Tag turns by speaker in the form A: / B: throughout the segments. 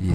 A: 以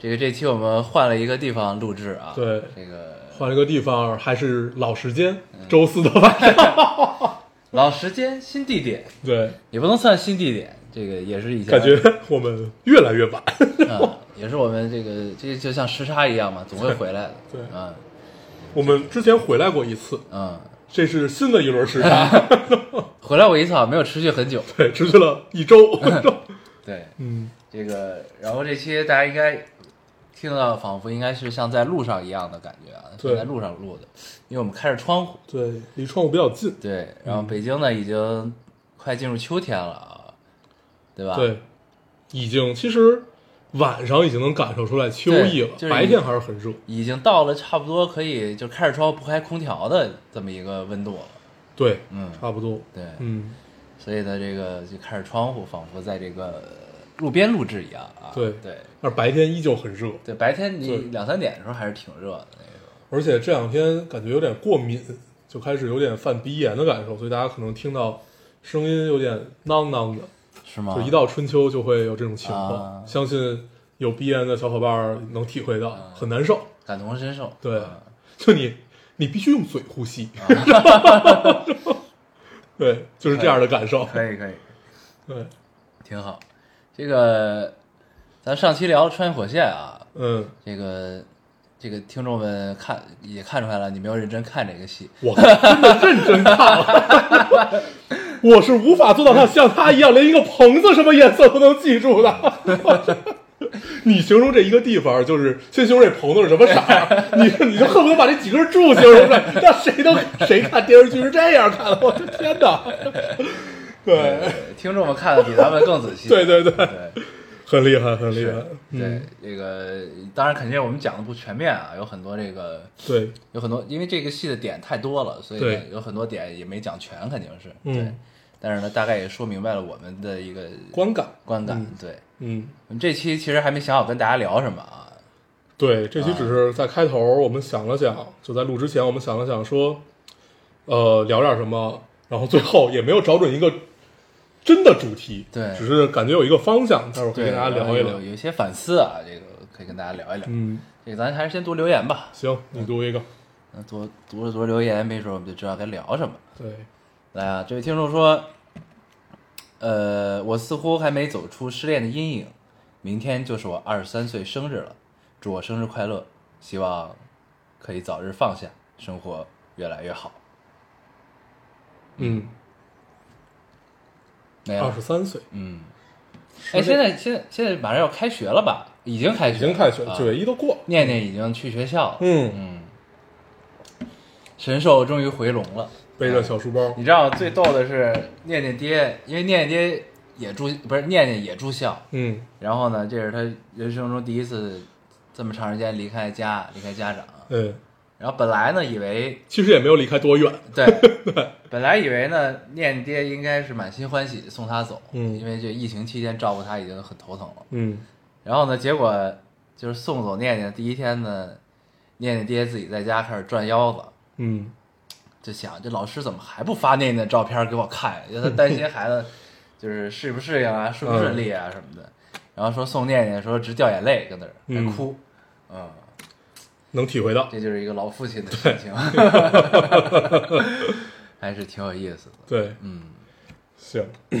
B: 这个这期我们换了一个地方录制啊，
C: 对
B: 这个
C: 换了个地方，还是老时间，周四的晚上。
B: 老时间新地点，
C: 对，
B: 也不能算新地点，这个也是以前
C: 感觉我们越来越晚。
B: 啊，也是我们这个这就像时差一样嘛，总会回来的。
C: 对对
B: 嗯
C: 我们之前回来过一次，
B: 嗯，
C: 这是新的一轮 时差，
B: 回来我一次好像没有持续很久。
C: 对，持续了 一周。
B: 对，
C: 嗯，
B: 这个，然后这期大家应该听到，仿佛应该是像在路上一样的感觉啊，
C: 对
B: 是在路上录的，因为我们开着窗户。
C: 对，离窗户比较近。
B: 对，然
C: 嗯
B: 后北京呢已经快进入秋天了啊，对吧？
C: 对，已经其实晚上已经能感受出来秋
B: 对
C: 意了
B: 就，是
C: 白天还是很热。
B: 已经到了差不多可以就开着窗户不开空调的这么一个温度了。
C: 对，
B: 嗯
C: 差不多。
B: 对，
C: 嗯，
B: 所以呢，这个就开着窗户，仿佛在这个路边录制一样啊。
C: 对
B: 对
C: 但是白天依旧很热，
B: 对，白天你
C: 对
B: 两三点的时候还是挺热的那个时候。
C: 而且这两天感觉有点过敏，就开始有点犯鼻炎的感受，所以大家可能听到声音有点囔囔的，
B: 是吗？
C: 就一到春秋就会有这种情况。
B: 啊
C: 相信有鼻炎的小伙伴儿能体会到，很难受。
B: 感同身受。
C: 对
B: 嗯，
C: 就你，你必须用嘴呼吸， 对，就是这样的感 受。
B: 可以可以，
C: 对，
B: 挺好。这个咱上期聊穿越火线啊，
C: 嗯，
B: 这个这个听众们看也看出来了，你没有认真看这个戏。
C: 我真的认真看了。 我是无法做到他像他一样，连一个棚子什么颜色都能记住的。 你形容这一个地方，就是先形容这棚子是什么色儿，你你就恨不得把这几根柱形容出来，那谁都谁看电视剧是这样看的？我的天哪！对，
B: 呃听众们看的比咱们更仔细。
C: 对嗯对对
B: 对
C: 很厉害，很厉害
B: 是。对，这个当然肯定我们讲的不全面啊，有很多这个
C: 对，
B: 有很多，因为这个戏的点太多了，所以呢
C: 对
B: 有很多点也没讲全，肯定是
C: 嗯
B: 对。但是呢，大概也说明白了我们的一个
C: 观感，
B: 观感。
C: 嗯
B: 对，
C: 嗯，
B: 我们这期其实还没想好跟大家聊什么啊。
C: 对，这期只是在开头，我们想了想，就在录之前，我们想了想说，呃，聊点什么，然后最后也没有找准一个真的主题，
B: 对
C: 只是感觉有一个方向，待会儿可
B: 对，
C: 以跟大家聊一聊
B: 有。有一些反思啊，这个可以跟大家聊一聊。
C: 嗯，
B: 这个咱还是先读留言吧，
C: 行，你读一个。
B: 那读读着读着留言，没准我们就知道该聊什么。
C: 对，
B: 来啊，这位听众说，呃，我似乎还没走出失恋的阴影，明天就是我二十三岁生日了，祝我生日快乐，希望可以早日放下，生活越来越好。
C: 嗯，
B: 没
C: 二
B: 有
C: 十，三岁，
B: 嗯，哎，现在现在现在马上要开学了吧？已经开学
C: 已
B: 了，
C: 经开学了，
B: 啊
C: 九月一都过了。
B: 念念已经去学校了，
C: 嗯，
B: 嗯，神兽终于回笼了。
C: 背着小书包，
B: 你知道最逗的是念念爹，因为念念爹也住不是念念也住校，
C: 嗯，
B: 然后呢，这是他人生中第一次这么长时间离开家，离开家长。
C: 嗯，
B: 然后本来呢，以 为
C: 其实也没有离开多远。
B: 对，本来以为呢，念念爹应该是满心欢喜地送他走，
C: 嗯
B: 因为这疫情期间照顾他已经很头疼了。
C: 嗯，
B: 然后呢，结果就是送走念念第一天呢，念念爹自己在家开始转腰子，
C: 嗯，
B: 就想这老师怎么还不发念念的照片给我看？因为他担心孩 子就是适不适应啊，顺不顺利啊什么的。然后说送念念说直掉眼泪，跟那儿
C: 嗯
B: 还哭，嗯，
C: 能体会到。
B: 这就是一个老父亲的心 情，还是挺有意思的。
C: 对，
B: 嗯，
C: 行，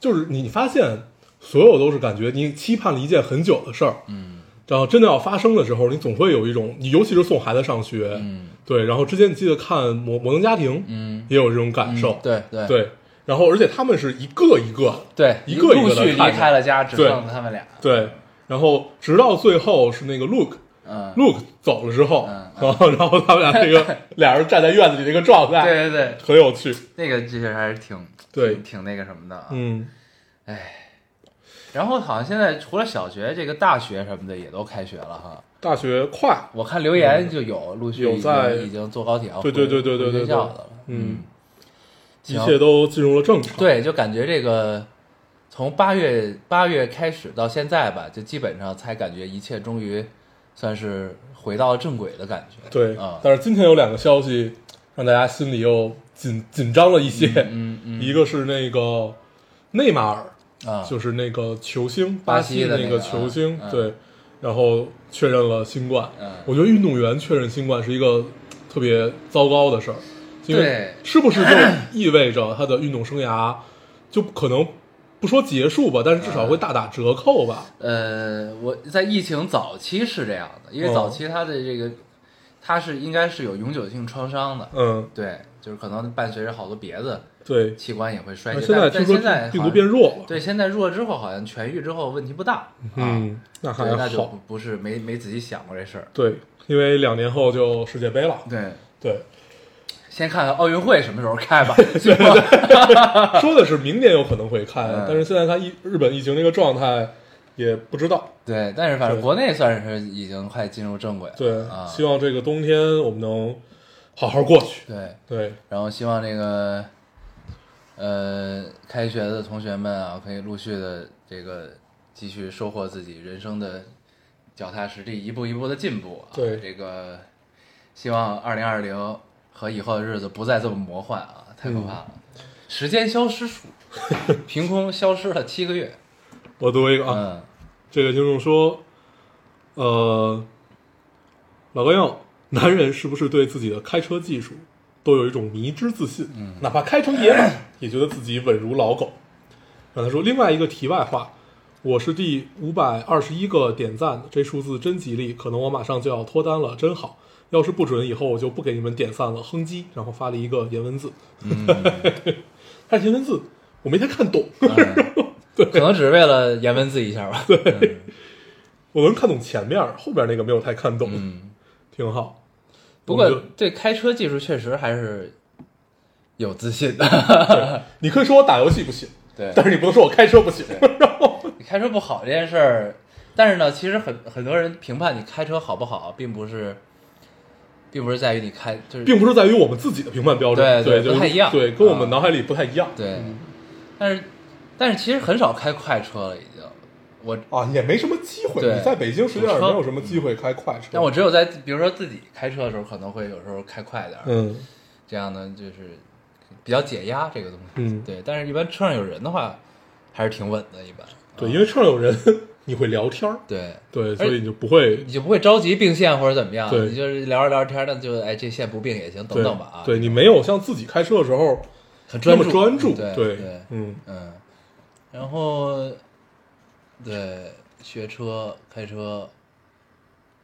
C: 就是你发现所有都是感觉你期盼了一件很久的事儿，嗯，然后真的要发生的时候，你总会有一种，你尤其是送孩子上学，
B: 嗯，
C: 对，然后之前你记得看《摩摩登家庭》，
B: 嗯，
C: 也有这种感受，
B: 对对
C: 对，然后而且他们是一个一个的，
B: 对，
C: 一个一
B: 陆
C: 个地
B: 续离
C: 看着
B: 开了家，只
C: 对
B: 剩他们俩。
C: 对，然后直到最后是那个 Look。
B: 嗯，
C: Look 走了之后，
B: 嗯
C: 然后 然后他们俩这 个俩人站在院子里这个状态，
B: 对对啊对，
C: 很有趣。
B: 那个其实还是挺
C: 对
B: 挺挺那个什么的啊。
C: 嗯，
B: 然后好像现在除了小学，这个大学什么的也都开学了哈。
C: 大学快，
B: 我看留言就有陆续
C: 嗯有
B: 已经
C: 在
B: 已经坐高铁要
C: 对
B: 回
C: 对对对对
B: 回
C: 对
B: 学
C: 对
B: 校的了，
C: 嗯，一
B: 行
C: 切都进入了正常。
B: 对，就感觉这个从八月八月开始到现在吧，就基本上才感觉一切终于算是回到正轨的感觉。
C: 对
B: 啊，
C: 但是今天有两个消息让大家心里又紧紧张了一些，
B: 嗯嗯
C: 一个是那个内马尔，
B: 啊，
C: 就是那个球星，
B: 巴
C: 西
B: 西的
C: 那
B: 那个
C: 球星，
B: 啊啊
C: 对，然后确认了新冠。
B: 嗯
C: 我觉得运动员确认新冠是一个特别糟糕的事儿，因为
B: 对
C: 是不是就意味着他的运动生涯就可能不说结束吧，但是至少会大打折扣吧？
B: 呃，我在疫情早期是这样的，因为
C: 哦
B: 早期他的这个他是应该是有永久性创伤的，
C: 嗯，
B: 对，就是可能伴随着好多别的
C: 对。
B: 器官也会衰
C: 而
B: 竭。
C: 现在
B: 但
C: 听
B: 但
C: 说
B: 现在
C: 病
B: 好像
C: 毒变弱了，
B: 对，现在弱之后好像痊愈之后问题不大，
C: 嗯，那
B: 啊，对，
C: 还
B: 那就
C: 好
B: 不，不是没没仔细想过这事儿。
C: 对，因为两年后就世界杯了，
B: 对，
C: 对，
B: 先看看奥运会什么时候开 吧。对对
C: 说的是明年有可能会看
B: 啊嗯，
C: 但是现在看疫日本疫情这个状态也不知道，
B: 但是反正
C: 对
B: 国内算是已经快进入正轨了。
C: 对，
B: 啊，
C: 希望这个冬天我们能好好过去。
B: 对，
C: 对，
B: 然后希望这个呃开学的同学们啊，可以陆续的这个继续收获自己人生的脚踏实地，一步一步的进步、啊。
C: 对
B: 这个希望二零二零和以后的日子不再这么魔幻啊，太可怕了。
C: 嗯
B: 时间消失 术，凭空消失了七个月。
C: 我读一个啊，
B: 嗯，
C: 这个听众说，呃，老高要，男人是不是对自己的开车技术都有一种迷之自信？嗯，哪怕开成野马， 也觉得自己稳如老狗。然后他说，另外一个题外话，我是第五百二十一个点赞的，这数字真吉利，可能我马上就要脱单了，真好。要是不准，以后我就不给你们点赞了，哼唧。然后发了一个颜文字， 他是颜文字我没太看懂，
B: 嗯可能只是为了颜文字一下吧。对，
C: 我能看懂前面，后边那个没有太看懂，
B: 嗯，
C: 挺好。
B: 不
C: 我
B: 过
C: 们就
B: 对开车技术确实还是有自信的。
C: 你可以说我打游戏不行，
B: 对
C: 但是你不能说我开车不行。然后
B: 你开车不好这件事儿，但是呢，其实很很多人评判你开车好不好，并不是，并不是在于你开，就是
C: 并不是在于我们自己的评判标
B: 对
C: 准，对，
B: 对
C: 就是
B: 不太一样啊
C: 对，跟我们脑海里不太一样。
B: 对，但是但是其实很少开快车了，已经。我
C: 啊，也没什么机会。
B: 对
C: 你在北京实际上
B: 堵
C: 也
B: 车
C: 没有什么机会开快车。
B: 但我只有在比如说自己开车的时候，可能会有时候开快点儿，
C: 嗯
B: 这样呢就是比较解压这个东西。
C: 嗯
B: 对。但是一般车上有人的话，还是挺稳的，一般。
C: 对，因为车上有人，你会聊天儿，
B: 对。
C: 对，
B: 而
C: 所以你就不会
B: 你就不会着急并线或者怎么样，
C: 对
B: 你就是聊着聊着天儿，那就哎这线不并也行，等
C: 对
B: 等吧啊，
C: 对你没有像自己开车的时候
B: 很
C: 那
B: 专
C: 么
B: 注，
C: 专注。
B: 对
C: 对，嗯，
B: 嗯，然后对学车开车，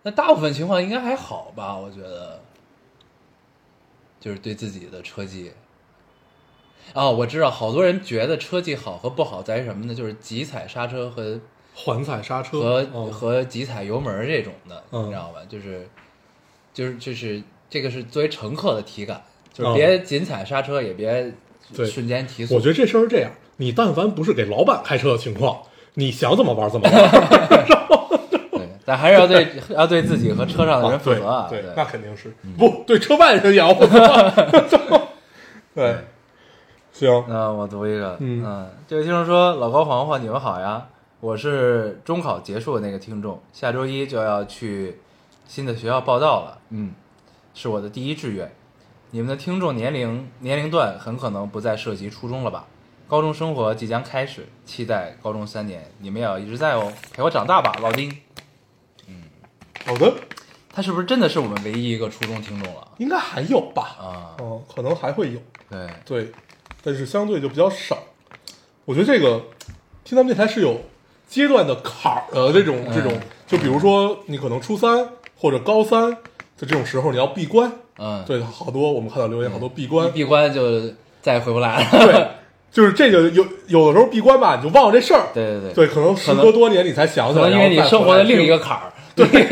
B: 那大部分情况应该还好吧？我觉得，就是对自己的车技。啊、我知道，好多人觉得车技好和不好在于什么呢？就是急踩刹车和
C: 缓踩刹车
B: 和、
C: 嗯
B: 和急踩油门这种的，
C: 嗯
B: 你知道吧？就是就是就是这个是作为乘客的体感，就
C: 嗯
B: 是别紧踩刹车，也别
C: 对
B: 瞬间提速。
C: 我觉得这事儿是这样，你但凡不是给老板开车的情况，你想怎么玩儿怎么玩儿
B: 对，但还是要对要对自己和车上的人
C: 啊。
B: 负
C: 对
B: 责啊。
C: 对，那肯定是不对车外人也要负责。 对，行，
B: 那啊我读一个，
C: 嗯
B: 这位听众说：“老高、黄黄，你们好呀，我是中考结束的那个听众，下周一就要去新的学校报到了，嗯，是我的第一志愿。你们的听众年龄年龄段很可能不再涉及初中了吧？高中生活即将开始，期待高中三年，你们也要一直在哦，陪我长大吧，老丁。
C: 好的，
B: 他是不是真的是我们唯一一个初中听众了
C: 应该还有吧？
B: 啊？
C: 嗯，可能还会有，
B: 对，
C: 对，但是相对就比较少。我觉得这个听咱们电台是有阶段的坎儿的，这
B: 嗯
C: 种这种，就比如说你可能初三或者高三的这种时候，你要闭关。
B: 嗯，
C: 对，好多我们看到留言，好多闭
B: 一
C: 关，
B: 闭关就再也回不来了。
C: 对，就是这个有有的时候闭关吧，你就忘了这事儿，
B: 对对
C: 对，可能时隔多年你才想起
B: 可
C: 来，
B: 能因为你
C: 然后再
B: 生活的
C: 回来
B: 另一个坎儿，对，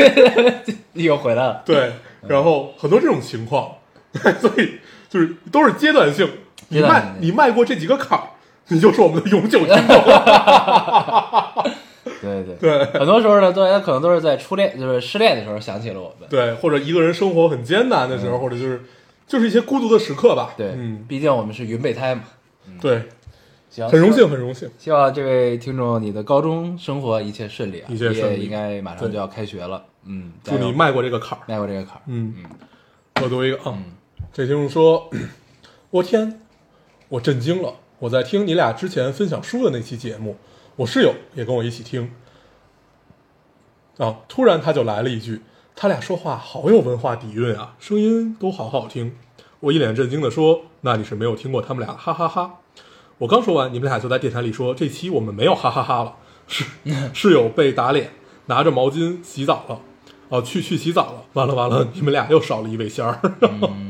B: 又回来了。
C: 对，然后很多这种情况， 所以就是都是阶段性，你
B: 阶段
C: 迈
B: 性对对
C: 对
B: 很多时候呢，大家可能都是在初恋，就是失恋的时候想起了我们。
C: 对，或者一个人生活很艰难的时候，或者就是就是一些孤独的时刻吧。
B: 嗯对，嗯
C: 嗯，
B: 毕竟我们是云备胎嘛。
C: 对，
B: 行，
C: 很荣幸，很荣幸。
B: 希望这位听众你的高中生活一切顺利啊，
C: 一切顺利
B: 也应该马上就要开学了。嗯，
C: 祝
B: 加
C: 你
B: 油
C: 迈过这个坎儿。
B: 迈过这个坎儿。
C: 嗯，我读一个啊，这听众说，我天，我震惊了！我在听你俩之前分享书的那期节目，我室友也跟我一起听。啊，突然他就来了一句：“他俩说话好有文化底蕴啊，声音都好好听。”我一脸震惊的说：“那你是没有听过他们俩，哈哈哈我刚说完，你们俩就在电台里说：“这期我们没有哈哈哈了。”室室友被打脸，拿着毛巾洗澡了，哦、去去洗澡了。完了完了，你们俩又少了一位仙儿。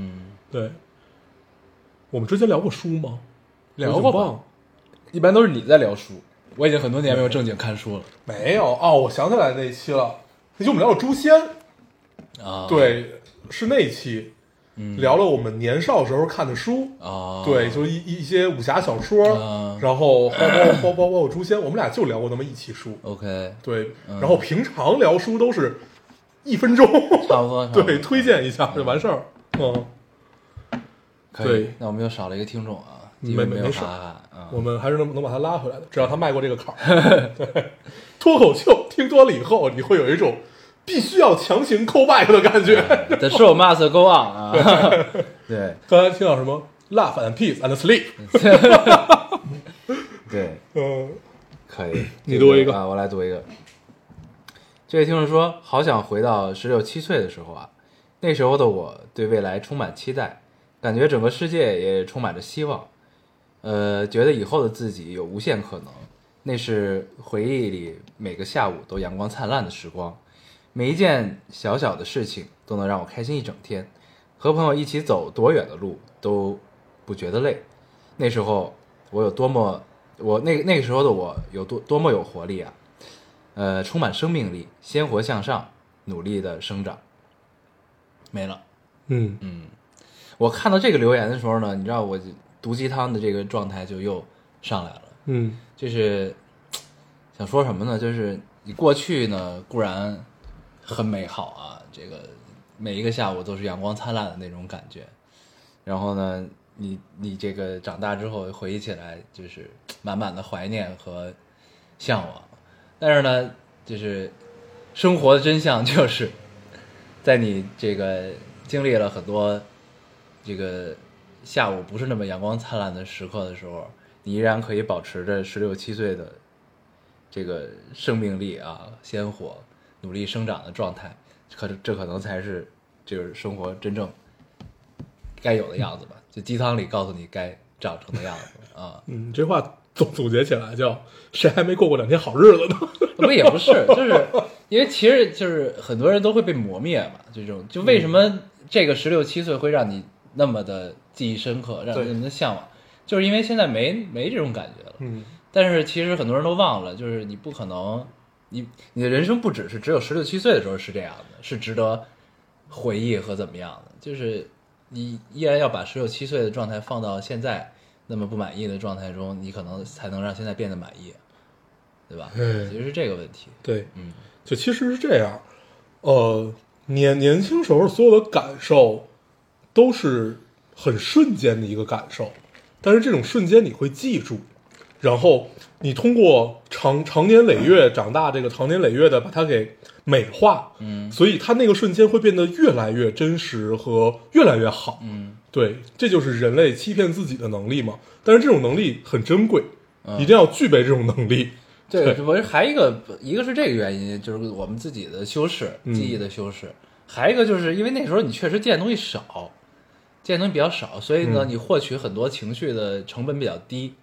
C: 对，我们之前聊过书吗？
B: 聊
C: 我已
B: 过
C: 经
B: 吧
C: 忘了
B: 一般都是你在聊书，我已经很多年没有正经看书了
C: 没有哦，我想起来那一期了，那期我们聊了《诛仙》，
B: 啊。
C: 对，是那一期，聊了我们年少时候看的书，
B: 啊，
C: 对，就一一一些武侠小说，
B: 啊
C: 然后包包包包括《诛仙》，我们俩就聊过那么一期书，
B: ，OK，
C: 对，
B: 嗯
C: 然后平常聊书都是一分钟，
B: 差不多。差不多
C: 对，推荐一下就完事儿，嗯，
B: 可以
C: 对。
B: 那我们又少了一个听众啊，
C: 没
B: 因为
C: 没
B: 有
C: 没事
B: 啥啊。
C: 我们还是能能把他拉回来的，只要他迈过这个坎儿。 对，脱口秀听多了以后，你会有一种必须要强行 call back 的感觉。
B: The show must go on 啊。 对
C: 刚才听到什么 “laugh and peace and sleep”，
B: 对，
C: 嗯，
B: 可以。
C: 你读一个
B: 啊，我来读一个。这位听众说，好想回到十六七岁的时候啊，那时候的我对未来充满期待，感觉整个世界也充满着希望，呃，觉得以后的自己有无限可能。那是回忆里每个下午都阳光灿烂的时光，每一件小小的事情都能让我开心一整天，和朋友一起走多远的路都不觉得累。那时候我有多么，我那那个时候的我有多多么有活力啊！呃，充满生命力，鲜活向上，努力的生长。没了。
C: 嗯，
B: 我看到这个留言的时候呢，你知道我毒鸡汤的这个状态就又上来了，
C: 嗯，
B: 就是想说什么呢？就是你过去呢固然很美好啊，这个每一个下午都是阳光灿烂的那种感觉，然后呢，你你这个长大之后回忆起来，就是满满的怀念和向往。但是呢，就是生活的真相就是，在你这个经历了很多这个下午不是那么阳光灿烂的时刻的时候，你依然可以保持着十六七岁的这个生命力啊、鲜活、努力生长的状态。可这可能才是就是生活真正该有的样子吧。就鸡汤里告诉你该长成的样子啊，
C: 嗯，这话总总结起来叫“谁还没过过两天好日子呢
B: 不也不是，就是因为其实就是很多人都会被磨灭嘛，就这种就为什么这个十六七岁会让你那么的记忆深刻，让
C: 对
B: 你那么的向往，就是因为现在没没这种感觉了”。。
C: 嗯，
B: 但是其实很多人都忘了，就是你不可能，你你的人生不只是只有十六七岁的时候是这样的，是值得回忆和怎么样的，就是你依然要把十六七岁的状态放到现在那么不满意的状态中，你可能才能让现在变得满意，对吧？
C: 嗯
B: 其实是这个问题，
C: 对，
B: 嗯，
C: 就其实是这样，呃，年年轻时候所有的感受都是很瞬间的一个感受，但是这种瞬间你会记住，然后你通过长长年累月长大，这个长年累月的把它给美化，
B: 嗯
C: 所以它那个瞬间会变得越来越真实和越来越好，
B: 嗯，
C: 对，这就是人类欺骗自己的能力嘛。但是这种能力很珍贵，
B: 嗯
C: 一定要具备这种能力，
B: 对，
C: 对
B: 这不是还一个，一个是这个原因，就是我们自己的修饰，
C: 嗯
B: 记忆的修饰；还一个就是因为那时候你确实见的东西少，见的东西比较少，所以呢，
C: 嗯，
B: 你获取很多情绪的成本比较低，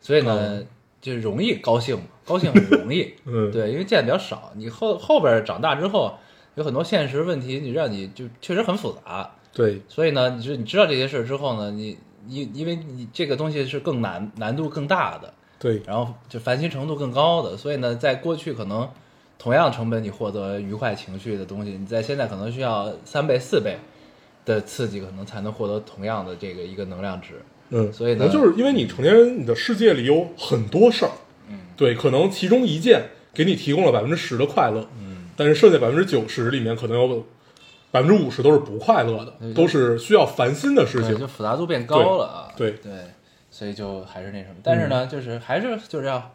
B: 所以呢，就容易高兴嘛，高兴很容易
C: 哦 嗯
B: 对，因为见的比较少。你后后边长大之后，有很多现实问题，你让你就确实很复杂，
C: 对，
B: 所以呢，你知你知道这些事儿之后呢，你你因为你这个东西是更难难度更大的，
C: 对，
B: 然后就烦心程度更高的，所以呢，在过去可能同样成本你获得愉快情绪的东西，你在现在可能需要三倍四倍的刺激，可能才能获得同样的这个一个能量值。
C: 嗯，
B: 所以呢
C: 可能就是因为你成年人，你的世界里有很多事儿，嗯，对，可能其中一件给你提供了百分之十的快乐，嗯，但是剩下百分之九十里面可能有百分之五十都是不快乐的，都是需要烦心的事
B: 对，
C: 情
B: 就，复杂度变高了啊。
C: 对
B: 对，所以就还是那什么，但是呢，就是还是就是要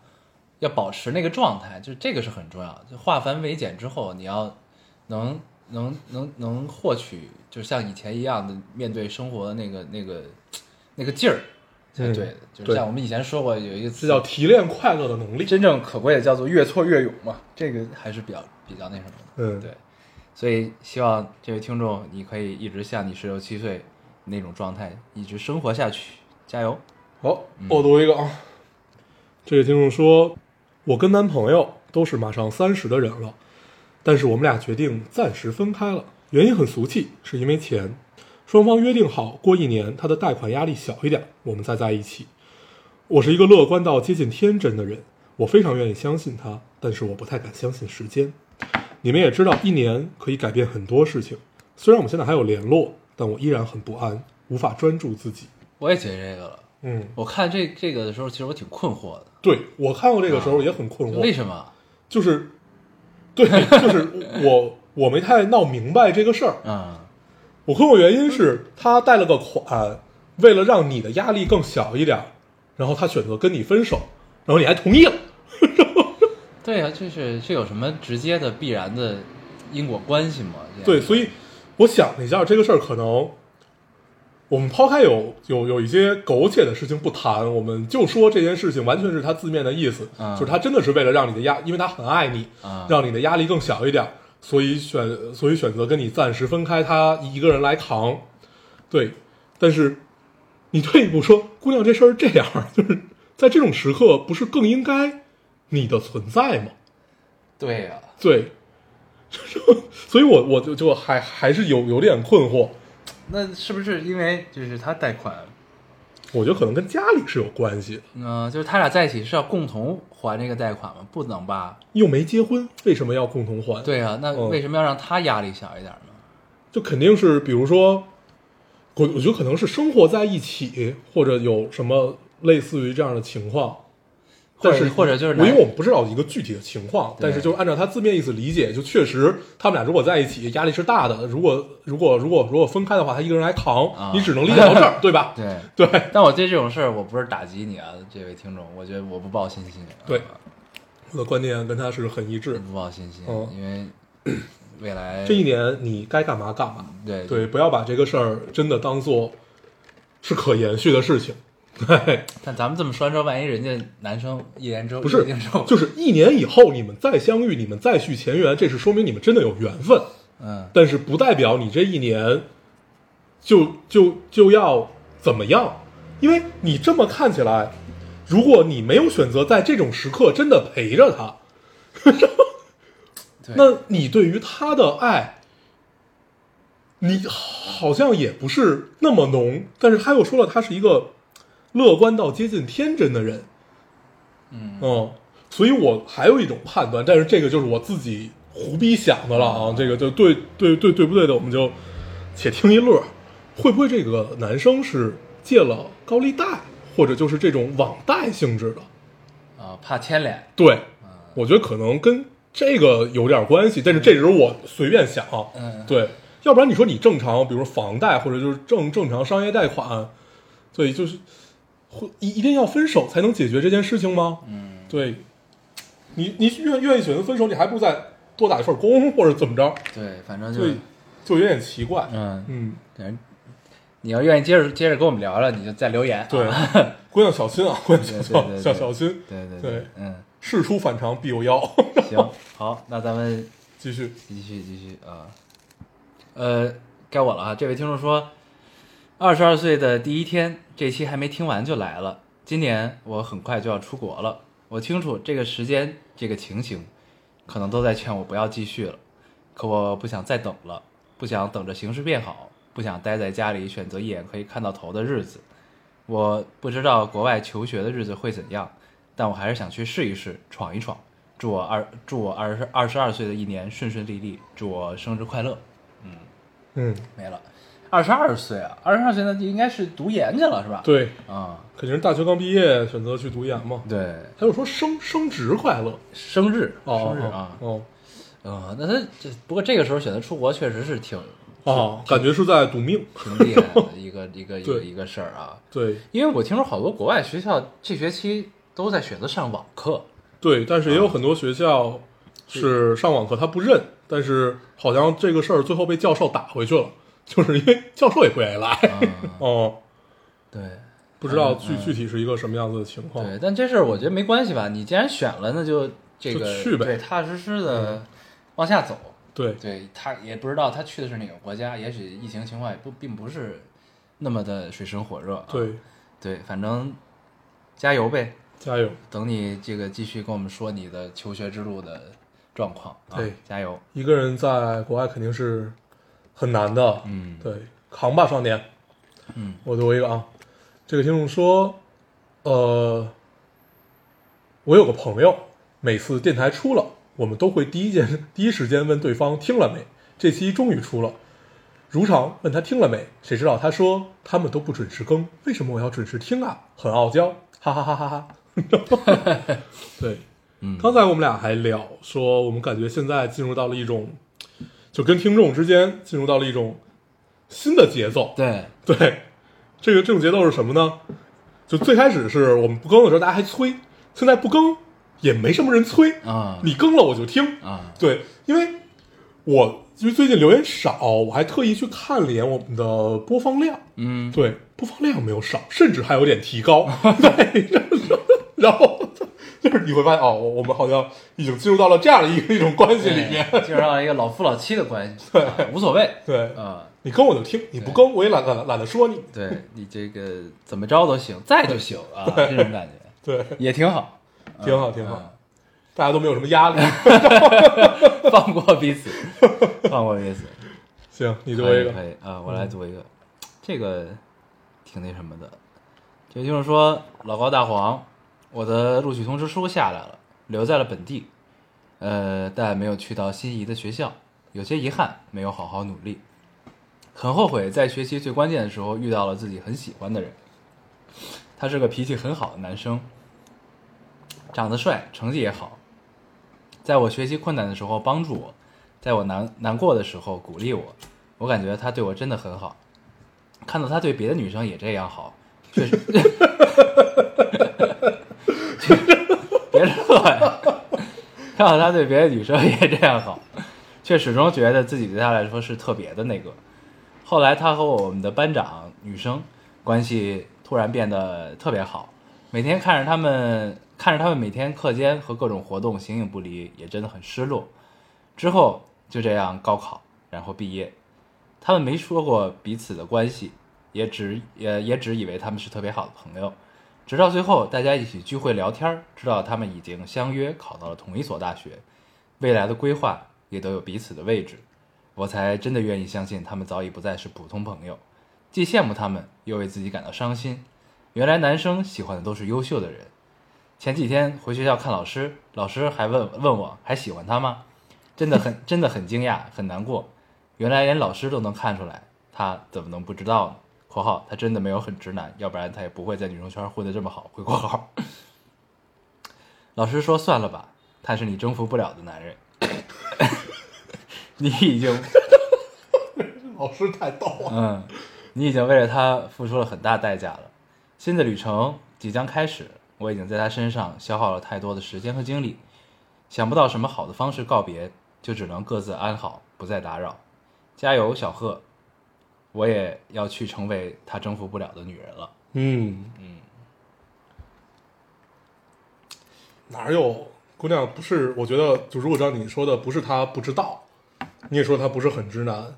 B: 要保持那个状态，就是这个是很重要的。就化繁为简之后，你要能能能能获取，就像以前一样的面对生活的那个那个那个劲儿才
C: 嗯
B: 对的。就是
C: 对
B: 像我们以前说过有一个
C: 这
B: 词
C: 叫提炼快乐的能力。
B: 真正可贵的叫做越挫越勇嘛，这个还是比较比较那什么的。
C: 嗯，
B: 对，所以希望这位听众，你可以一直像你十六七岁那种状态一直生活下去，加油！
C: 好，我读一个啊。这个听众说，我跟男朋友都是马上三十的人了，但是我们俩决定暂时分开了，原因很俗气，是因为钱。双方约定好，过一年他的贷款压力小一点，我们再在一起。我是一个乐观到接近天真的人，我非常愿意相信他，但是我不太敢相信时间。你们也知道，一年可以改变很多事情。虽然我们现在还有联络，但我依然很不安，无法专注自己。
B: 我也觉得这个了。
C: 嗯，
B: 我看这这个的时候，其实我挺困惑的，
C: 对我看过这个时候也很困惑，
B: 为什么？
C: 就是，对，就是我我没太闹明白这个事儿。
B: 嗯，
C: 我困惑原因是他贷了个款，为了让你的压力更小一点儿，然后他选择跟你分手，然后你还同意了。
B: 对啊，就是这有什么直接的必然的因果关系吗？这样
C: 对，所以我想了一下，这个事儿可能我们抛开有有有一些苟且的事情不谈，我们就说这件事情完全是他字面的意思，
B: 嗯
C: 就是他真的是为了让你的压，因为他很爱你，
B: 啊，
C: 让你的压力更小一点，所以选所以选择跟你暂时分开，他一个人来扛。对，但是你退一步说，姑娘这事儿这样，就是在这种时刻，不是更应该你的存在吗？
B: 对啊呀、
C: 对， 所以我我就就还还是有有点困惑，
B: 那是不是因为就是他贷款？
C: 我觉得可能跟家里是有关系的，
B: 嗯、就是他俩在一起是要共同还这个贷款吗？不能吧？
C: 又没结婚，为什么要共同还？
B: 对啊，那
C: 嗯
B: 为什么要让他压力小一点呢？
C: 就肯定是，比如说，我我觉得可能是生活在一起，或者有什么类似于这样的情况，
B: 或者
C: 但是
B: 或者就是
C: 我
B: 男
C: 因为我们不知道一个具体的情况，
B: 对
C: 但是就按照他字面意思理解，就确实他们俩如果在一起，压力是大的。如果如果如果如果分开的话，他一个人来扛，
B: 啊
C: 你只能理解到这 儿，对吧？
B: 对，
C: 对
B: 但我对这种事儿，我不是打击你啊，这位听众，我觉得我不抱信心，啊
C: 对我的观念跟他是很一致
B: 我。不抱信心，
C: 嗯
B: 因为 未来
C: 这一年你该干嘛干嘛，
B: 对
C: 对，不要把这个事儿真的当做是可延续的事情。对，
B: 但咱们这么说完之后，万一人家男生一年之后
C: 不是
B: 一年之后，
C: 就是一年以后你们再相遇，你们再续前缘，这是说明你们真的有缘分，
B: 嗯，
C: 但是不代表你这一年就就就要怎么样，因为你这么看起来，如果你没有选择在这种时刻真的陪着他，
B: 对，
C: 那你对于他的爱，你好像也不是那么浓，但是他又说了，他是一个乐观到接近天真的人，
B: 嗯
C: 嗯，所以我还有一种判断，但是这个就是我自己胡逼想的了
B: 嗯
C: 啊，这个就对对对对不对的，我们就且听一乐。会不会这个男生是借了高利贷，或者就是这种网贷性质的？
B: 啊，怕牵连，
C: 对，我觉得可能跟这个有点关系，但是这只是我随便想啊。
B: 嗯，
C: 对，要不然你说你正常，比如房贷或者就是正正常商业贷款，所以就是会一一定要分手才能解决这件事情吗？嗯，对，你你愿愿意选择分手，你还不如再多打一份工或者怎么着，
B: 对，反正就
C: 所以就有点奇怪。
B: 嗯，
C: 嗯，
B: 感觉你要愿意接着接着跟我们聊聊，你就再留言啊，
C: 对，姑娘小心啊，姑娘
B: 对
C: 小
B: 对对
C: 小
B: 对
C: 小小心，
B: 对对
C: 对
B: 嗯，
C: 事出反常必有妖。
B: 行，好，那咱们
C: 继续，
B: 继续继续啊，呃，该我了啊。这位听众说，二十二岁的第一天，这期还没听完就来了。今年我很快就要出国了，我清楚这个时间、这个情形，可能都在劝我不要继续了。可我不想再等了，不想等着形势变好，不想待在家里选择一眼可以看到头的日子。我不知道国外求学的日子会怎样，但我还是想去试一试，闯一闯。祝我二祝我二十二十二岁的一年顺顺利利，祝我生日快乐。
C: 嗯，
B: 没了，二十二岁啊，二十二岁那就应该是读研去了是吧？
C: 对，
B: 啊、
C: 肯定是大学刚毕业选择去读研嘛。
B: 对，
C: 还有说升升职快乐，
B: 生日，
C: 哦
B: 生日啊，
C: 哦
B: 啊、那他这不过这个时候选择出国确实是挺
C: 哦，感觉是在赌命。
B: 挺厉害的一个一个一个
C: 对
B: 一个事儿啊，
C: 对
B: 因为我听说好多国外学校这学期都在选择上网课，
C: 对，但是也有很多学校是上网课他不认，但是好像这个事儿最后被教授打回去了，就是因为教授也不愿意来。
B: 啊、
C: 哦，
B: 对
C: 不知道具具体是一个什么样子的情况。
B: 对，但这事儿我觉得没关系吧，你既然选了，那就这个
C: 就去呗嗯
B: 对，踏踏实实的往下走。
C: 对
B: 对他也不知道他去的是哪个国家，也许疫情情况也不并不是那么的水深火热、啊。
C: 对，
B: 对，反正加油呗，
C: 加油！
B: 等你这个继续跟我们说你的求学之路的状况啊，
C: 对
B: 加油，
C: 一个人在国外肯定是很难的，
B: 嗯，
C: 对，扛吧，少年。
B: 嗯，
C: 我读一个啊，这个听众说，呃，我有个朋友，每次电台出了，我们都会第一件第一时间问对方听了没，这期终于出了。如常问他听了没，谁知道他说他们都不准时更，为什么我要准时听啊？很傲娇，哈哈哈哈 哈。对，
B: 嗯，
C: 刚才我们俩还聊说，我们感觉现在进入到了一种，就跟听众之间进入到了一种新的节奏。
B: 对，
C: 对，这个这种节奏是什么呢？就最开始是我们不更的时候，大家还催，现在不更也没什么人催，
B: 啊
C: 你更了我就听。
B: 啊，
C: 对，因为我因为最近留言少，我还特意去看了一眼我们的播放量，
B: 嗯，
C: 对，播放量没有少，甚至还有点提高。对，然后 就是你会发现哦，我我们好像已经进入到了 这样的一个一种关系
B: 对
C: 里面。
B: 基本上一个老夫老妻的关系，啊无所谓，
C: 对，
B: 啊。
C: 你跟我就听，你不跟我也懒懒懒得说你。
B: 对你这个怎么着都行，在就行啊，这种 感觉
C: 对，
B: 也挺好，啊
C: 挺好，挺好，大家都没有什么压力。
B: 嗯，放过彼此，放过彼此。
C: 行，你读
B: 可以
C: 一个嗯
B: 可以啊，我来读一个，这个挺那什么的，这就是说老高大黄，我的录取通知书下来了，留在了本地，呃，但没有去到心仪的学校，有些遗憾，没有好好努力，很后悔在学习最关键的时候遇到了自己很喜欢的人，他是个脾气很好的男生，长得帅，成绩也好，在我学习困难的时候帮助我，在我难难过的时候鼓励我，我感觉他对我真的很好。看到他对别的女生也这样好，确实，别乐呀！看到他对别的女生也这样好，却始终觉得自己对他来说是特别的那个。后来他和我们的班长女生关系突然变得特别好，每天看着他们看着他们每天课间和各种活动形影不离，也真的很失落。之后就这样高考，然后毕业。他们没说过彼此的关系，也只也也只以为他们是特别好的朋友。直到最后，大家一起聚会聊天儿，知道他们已经相约考到了同一所大学，未来的规划也都有彼此的位置，我才真的愿意相信他们早已不再是普通朋友。既羡慕他们，又为自己感到伤心。原来男生喜欢的都是优秀的人。前几天回学校看老师，老师还问问我还喜欢他吗？真的很真的很惊讶，很难过。原来连老师都能看出来，他怎么能不知道呢？（括号他真的没有很直男，要不然他也不会在女生圈混得这么好。）回括号。 老师说：“算了吧，他是你征服不了的男人， 你已经
C: 老师太逗了。
B: 嗯，你已经为了他付出了很大代价了。新的旅程即将开始，我已经在他身上消耗了太多的时间和精力，想不到什么好的方式告别，就只能各自安好，不再打扰。加油，小贺！我也要去成为他征服不了的女人了。
C: 嗯嗯，哪有姑娘不是？我觉得就如果照你说的，不是她不知道，你也说她不是很直男，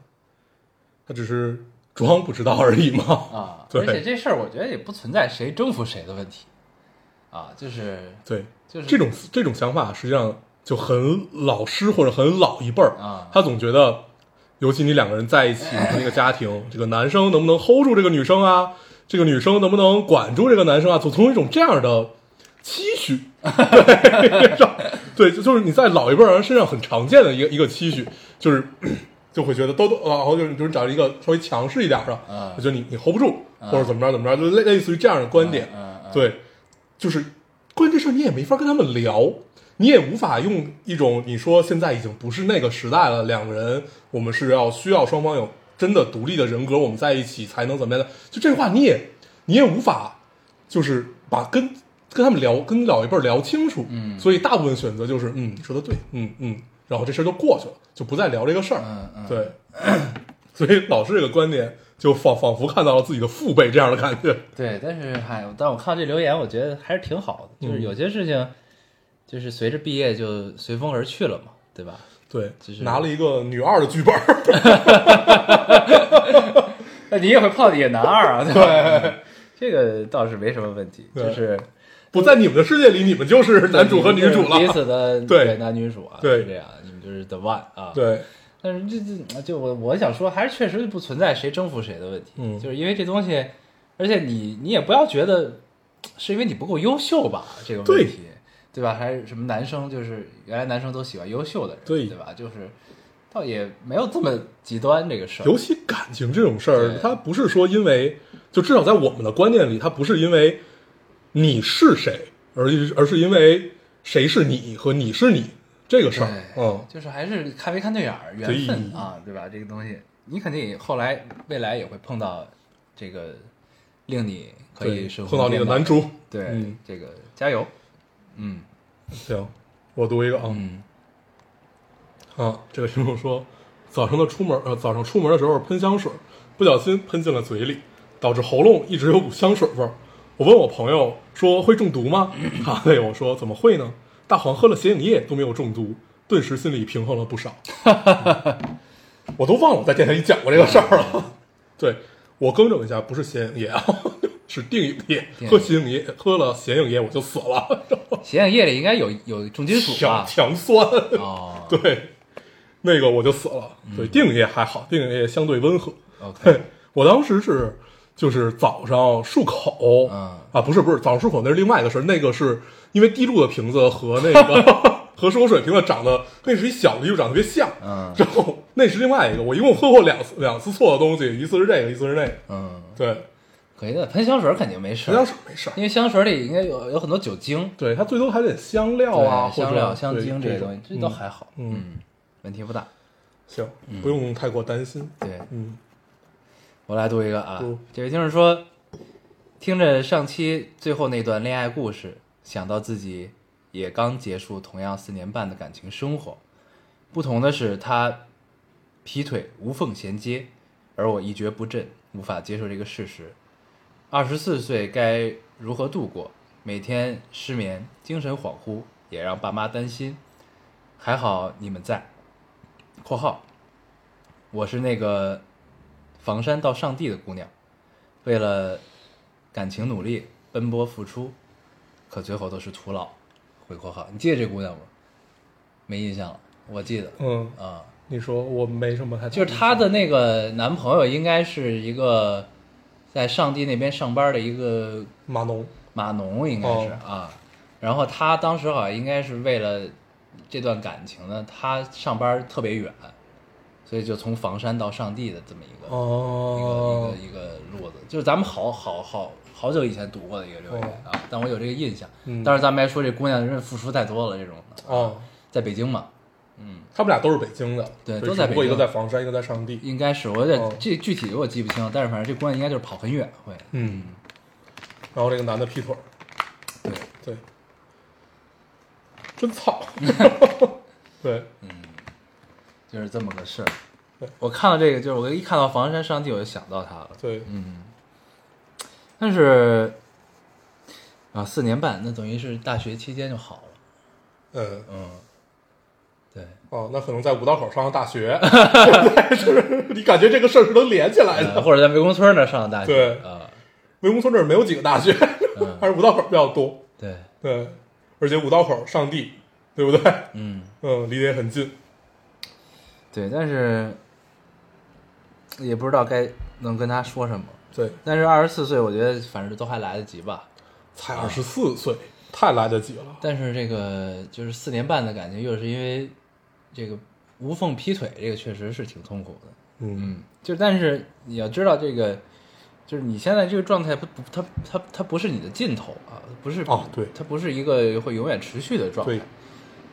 C: 她只是装不知道而已嘛。
B: 啊，
C: 对
B: 而且这事儿我觉得也不存在谁征服谁的问题，啊，就是
C: 对，
B: 就是
C: 这种这种想法实际上就很老师或者很老一辈儿
B: 啊
C: 他总觉得，尤其你两个人在一起那个家庭，这个男生能不能 hold 住这个女生啊？这个女生能不能管住这个男生啊？总从一种这样的期许， 对，对，就就是你在老一辈儿人身上很常见的一个一个期许，就是 就会觉得都都，然后就是就是找一个稍微强势一点的，
B: 嗯
C: 我觉得你你 hold 不住，
B: 啊
C: 或者怎么着怎么着，就类类似于这样的观点，
B: 嗯嗯
C: 对，就是关于这事儿你也没法跟他们聊，你也无法用一种你说现在已经不是那个时代了，两个人我们是要需要双方有真的独立的人格，我们在一起才能怎么样的，就这话你也你也无法就是把跟跟他们聊跟老一辈儿聊清楚，
B: 嗯
C: 所以大部分选择就是嗯你说的对，嗯嗯，然后这事儿就过去了，就不再聊这个事儿，
B: 嗯嗯
C: 对， 所以老师这个观点就仿仿佛看到了自己的父辈这样的感觉，
B: 对，但是嗨，但我看到这留言，我觉得还是挺好的，就是
C: 嗯
B: 有些事情，就是随着毕业就随风而去了嘛，对吧？
C: 对，
B: 就是
C: 拿了一个女二的剧本儿，
B: 那你也会泡野男二 啊？对吧，这个倒是没什么问题，
C: 对
B: 就是
C: 不在你们的世界里，你们就是男主和女主
B: 彼
C: 了。
B: 此的
C: 对
B: 男女主啊，
C: 对
B: 是这样，你们就是 the one 啊，。
C: 对，
B: 但是这这就我我想说，还是确实不存在谁征服谁的问题，
C: 嗯
B: 就是因为这东西，而且你你也不要觉得是因为你不够优秀吧，这个问
C: 对
B: 题，对吧？还是什么男生就是原来男生都喜欢优秀的人，对
C: 对
B: 吧？就是倒也没有这么极端这个事儿，
C: 尤其感情这种事儿
B: 对，
C: 它不是说因为，就至少在我们的观念里，它不是因为你是谁，而而是因为谁是你和你是你这个事
B: 对
C: 儿。，嗯，
B: 就是还是看没看对眼儿，缘分啊，对吧？这个东西，你肯定也后来未来也会碰到这个令你可以
C: 对，
B: 生活
C: 碰到你的男主，
B: 对、
C: 嗯
B: 这个加油，嗯
C: 行，我读一个啊。
B: 嗯
C: 啊，这个听众说，早上的出门，呃，早上出门的时候喷香水，不小心喷进了嘴里，导致喉咙一直有股香水味儿。我问我朋友说会中毒吗？他对我说怎么会呢？大黄喝了显影液都没有中毒，顿时心里平衡了 不少。嗯我都忘了我在电台里讲过这个事儿了。对我更正一下，不是显影液啊， 是定影液。
B: 定影液
C: 喝显影液，喝了显影液我就死了，
B: 显影液里应该有有重金属
C: 强
B: 吧？
C: 强酸。
B: 啊哦 嗯
C: 对，那个我就死了。对，定影液还好，定影液相对温和。
B: ，OK，
C: 嘿， 我当时是就是早上漱口，
B: 嗯
C: 啊，不是不是，早上漱口那是另外一个事儿，那个是因为滴露的瓶子和那 个和漱口水瓶子长得那是一小的，又长得特别像。
B: 嗯
C: 然后那是另外一个，我一共喝过两次两次错的东西，一次是这个，一次是那个。
B: 嗯，
C: 对，
B: 可以的，喷香水肯定没事
C: 实
B: 儿，
C: 际上是没事儿。
B: 因为香水里应该有有很多酒精，
C: 对，它最多还得香料啊，
B: 对香
C: 或者
B: 料、香
C: 对
B: 精
C: 这
B: 些
C: 种
B: 东西，这都
C: 嗯
B: 还好，
C: 嗯
B: 嗯，问题不大。
C: 行，不用太过担心。
B: 嗯对，
C: 嗯，
B: 我来读一个啊
C: 读，
B: 这位听众说，听着上期最后那段恋爱故事，想到自己也刚结束同样四年半的感情生活，不同的是他劈腿无缝衔接，而我一蹶不振，无法接受这个事实。二十四岁该如何度过？每天失眠，精神恍惚，也让爸妈担心。还好你们在。（括号）我是那个房山到上地的姑娘，为了感情努力奔波付出，可最后都是徒劳。回括号，你记得这姑娘吗？没印象了，我记得。
C: 嗯
B: 啊、
C: 你说我没什么太大
B: 就是她的那个男朋友应该是一个在上地那边上班的一个
C: 码农，
B: 码农，应该是、
C: 哦
B: 啊。然后她当时好像应该是为了这段感情呢，她上班特别远，所以就从房山到上地的这么一个、
C: 哦，
B: 一个一个一个路子，就是咱们好好好好久以前读过的一个留言、
C: 哦
B: 啊，但我有这个印象。
C: 嗯
B: 但是咱们还说这姑娘真是付出太多了，这种的
C: 哦，
B: 在北京嘛，
C: 他们俩都是北京的，
B: 对
C: 所以
B: 都在
C: 只不过
B: 北
C: 一
B: 京
C: 个在房山，一个在上地。
B: 应该是我有点、
C: 哦
B: 这具体我记不清了，但是反正这姑娘应该就是跑很远会。
C: 嗯，然后这个男的劈腿儿，
B: 对，
C: 对，真操，对，
B: 就是这么个事儿。我看到这个，就是我一看到房山上帝，我就想到他了。
C: 对，
B: 但是啊，四年半，那等于是大学期间就好了。
C: 嗯，
B: 嗯，对，
C: 哦，那可能在五道口上的 大学，就是你感觉这个事儿是能连起来
B: 呃
C: 的。
B: 或者在魏公村那儿上的大学。
C: 哎对
B: 啊、
C: 魏公村这儿没有几个大学，
B: 嗯
C: 还是五道口比较多。
B: 对，
C: 对，而且五道口上地，对不对？
B: 嗯，
C: 嗯，离得也很近。
B: 对，但是也不知道该能跟他说什么。
C: 对，
B: 但是二十四岁，我觉得反正都还来得及吧。
C: 才二十四岁，太来得及了。
B: 但是这个就是四年半的感情，又是因为这个无缝劈腿，这个确实是挺痛苦的。
C: 嗯，
B: 嗯，就但是你要知道这个，就是你现在这个状态不不，它它它不是你的尽头啊，不是
C: 哦对
B: 它不是一个会永远持续的状态
C: 对。，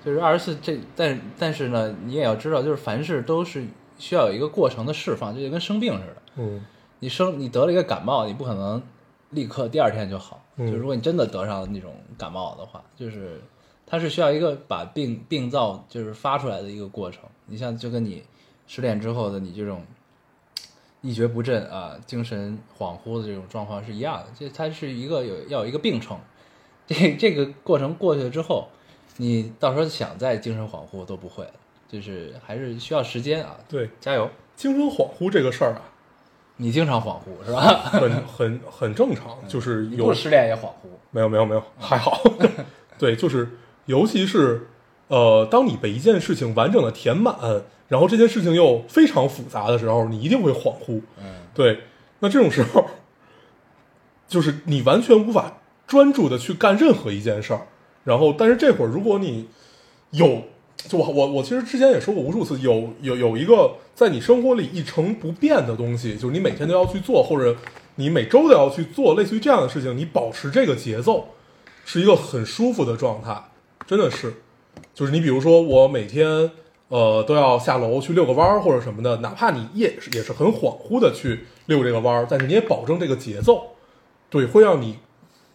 B: 就是二十四这，但但是呢，你也要知道，就是凡事都是需要有一个过程的释放，就跟生病似的，
C: 嗯
B: 你生你得了一个感冒，你不可能立刻第二天就好。
C: 嗯
B: 就如果你真的得上那种感冒的话，就是它是需要一个把病病灶就是发出来的一个过程。你像就跟你失恋之后的你这种一蹶不振啊、精神恍惚的这种状况是一样的，这它是一个有要有一个病程。这这个过程过去了之后，你到时候想再精神恍惚都不会了，就是还是需要时间啊，
C: 对，
B: 加油！
C: 精神恍惚这个事儿啊，
B: 你经常恍惚是吧？
C: 很 很很正常，就是
B: 你
C: 有
B: 不失恋也恍惚。
C: 没有没有没有，还好。 对，就是尤其是呃，当你被一件事情完整的填满，然后这件事情又非常复杂的时候，你一定会恍惚。
B: 嗯
C: 对，那这种时候，就是你完全无法专注的去干任何一件事儿。然后，但是这会儿如果你有，就我我我其实之前也说过无数次，有有有一个在你生活里一成不变的东西，就是你每天都要去做，或者你每周都要去做，类似于这样的事情，你保持这个节奏，是一个很舒服的状态，真的是。就是你比如说我每天呃都要下楼去遛个弯儿或者什么的，哪怕你也是也是很恍惚的去遛这个弯儿，但是你也保证这个节奏，对，会让你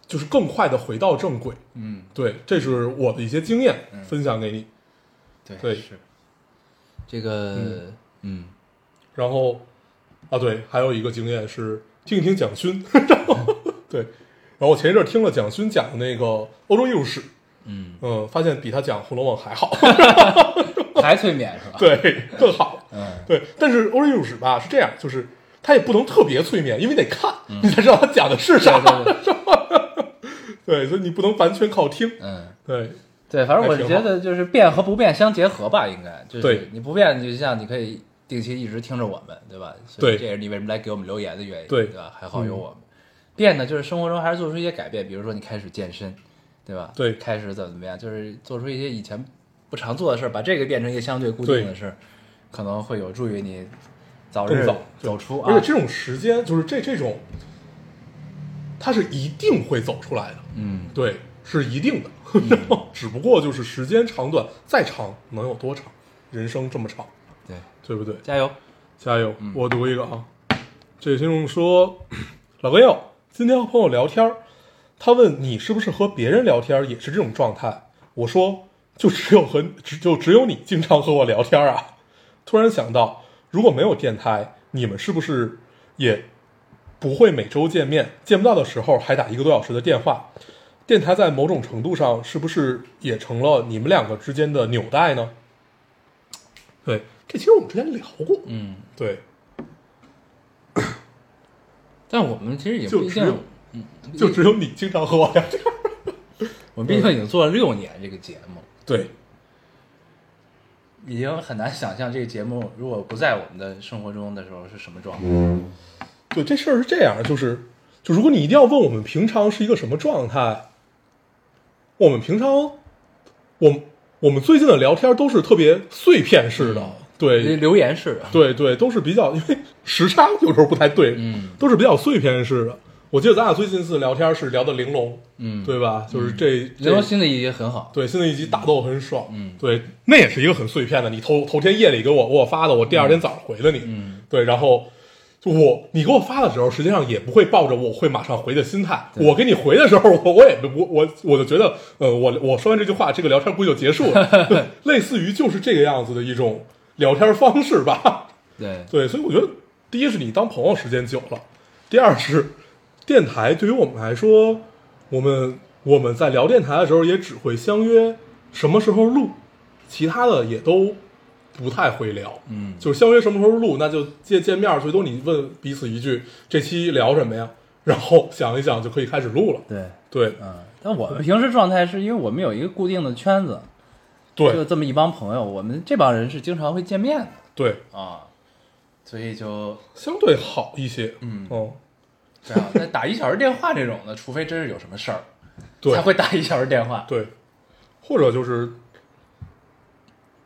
C: 就是更快的回到正轨。
B: 嗯，
C: 对，这是我的一些经验
B: 嗯
C: 分享给你。
B: 对
C: 对
B: 是这个嗯
C: 然后啊，对，还有一个经验是听一听蒋勋， 对，然后我前一阵儿听了蒋勋讲的那个欧洲艺术史，
B: 嗯，
C: 嗯，发现比他讲《红楼梦》还好，
B: 还催眠是吧？，
C: 对，更好。
B: 嗯
C: 对，但是欧洲艺术史吧是这样，就是它也不能特别催眠，因为你得看，你才知道它讲的是啥。
B: 嗯对对，
C: 对，所以你不能完全靠听。
B: 嗯。
C: 对，
B: 对，反正我
C: 还挺
B: 觉得就是变和不变相结合吧，应该就
C: 对
B: 是你不变，就像你可以定期一直听着我们，对吧？所以
C: 对
B: 这也是你为什么来给我们留言的原因，
C: 对嗯
B: 对吧？还好有我们。变呢，就是生活中还是做出一些改变，比如说你开始健身，对吧？
C: 对
B: 开始怎么怎么样，就是做出一些以前不常做的事儿，把这个变成一个相对固定
C: 对
B: 的事儿，可能会有助于你早
C: 更
B: 日
C: 早
B: 走出啊。
C: 而且这种时间就是这这种，它是一定会走出来的。
B: 嗯，
C: 对，是一定的， 只不过就是时间长短，再长能有多长？人生这么长，
B: 对，
C: 对不对？
B: 加油。
C: 加油！我读一个啊，这位听众说：“ 老哥友，今天和朋友聊天儿，他问你是不是和别人聊天儿也是这种状态？”我说：“就只有和只就只有你经常和我聊天儿啊。”突然想到，如果没有电台，你们是不是也不会每周见面？见不到的时候还打一个多小时的电话？电台在某种程度上是不是也成了你们两个之间的纽带呢？对，这其实我们之前聊过，
B: 嗯，
C: 对，
B: 但我们其实也
C: 就
B: 毕
C: 只有
B: 竟，嗯，
C: 就只有你经常和我聊天。
B: 我们毕竟已经做了六年这个节目，
C: 对，
B: 已经很难想象这个节目如果不在我们的生活中的时候是什么状态。
C: 对，这事儿是这样，就是就如果你一定要问我们平常是一个什么状态，我们平常，我们我们最近的聊天都是特别碎片式的，嗯对
B: 留言是啊，
C: 对对，都是比较因为时差有时候不太对，
B: 嗯
C: 都是比较碎片式的。我记得咱俩最近一次聊天是聊的玲珑，
B: 嗯，
C: 对吧？就是这
B: 刘
C: 这
B: 若欣的一集很好，
C: 对，新的一集打斗很爽，
B: 啊嗯
C: 对，那也是一个很碎片的，你头头天夜里给我给我发的，我第二天早上回了你，
B: 嗯
C: 对，然后就我你给我发的时候，实际上也不会抱着我会马上回的心态，我给你回的时候，我我也我我我就觉得，呃，我我说完这句话，这个聊天估计就结束 了，对，类似于就是这个样子的一种聊天方式吧，
B: 对
C: 对，所以我觉得，第一是你当朋友时间久了，第二是电台对于我们来说，我们我们在聊电台的时候也只会相约什么时候录，其他的也都不太会聊。
B: 嗯
C: 就是相约什么时候录，那就见见面，最多你问彼此一句这期聊什么呀， 然后想一想就可以开始录了。
B: 对，
C: 对
B: 嗯，但我们平时状态是因为我们有一个固定的圈子，就
C: 对
B: 这么一帮朋友，我们这帮人是经常会见面的
C: 对，
B: 啊，所以就
C: 相对好一些。
B: 嗯
C: 哦，
B: 这样，那打一小时电话这种的，除非真是有什么事儿，
C: 对
B: 才会打一小时电话。
C: 对，或者就是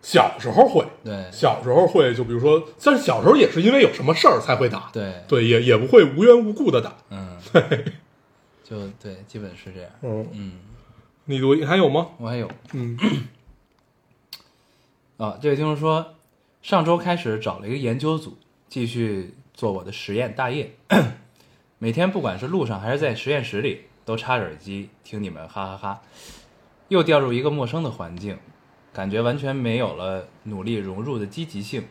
C: 小时候会，
B: 对
C: 小时候会，就比如说，但是小时候也是因为有什么事儿才会打，
B: 对，
C: 对，也也不会无缘无故的打。
B: 嗯，就对，基本是这样。
C: 嗯，
B: 嗯，
C: 你读你还有吗？
B: 我还有
C: 嗯，
B: 啊，这位听众说，上周开始找了一个研究组，继续做我的实验大业， 每天不管是路上还是在实验室里，都插着耳机听你们哈哈哈，又掉入一个陌生的环境，感觉完全没有了努力融入的积极性，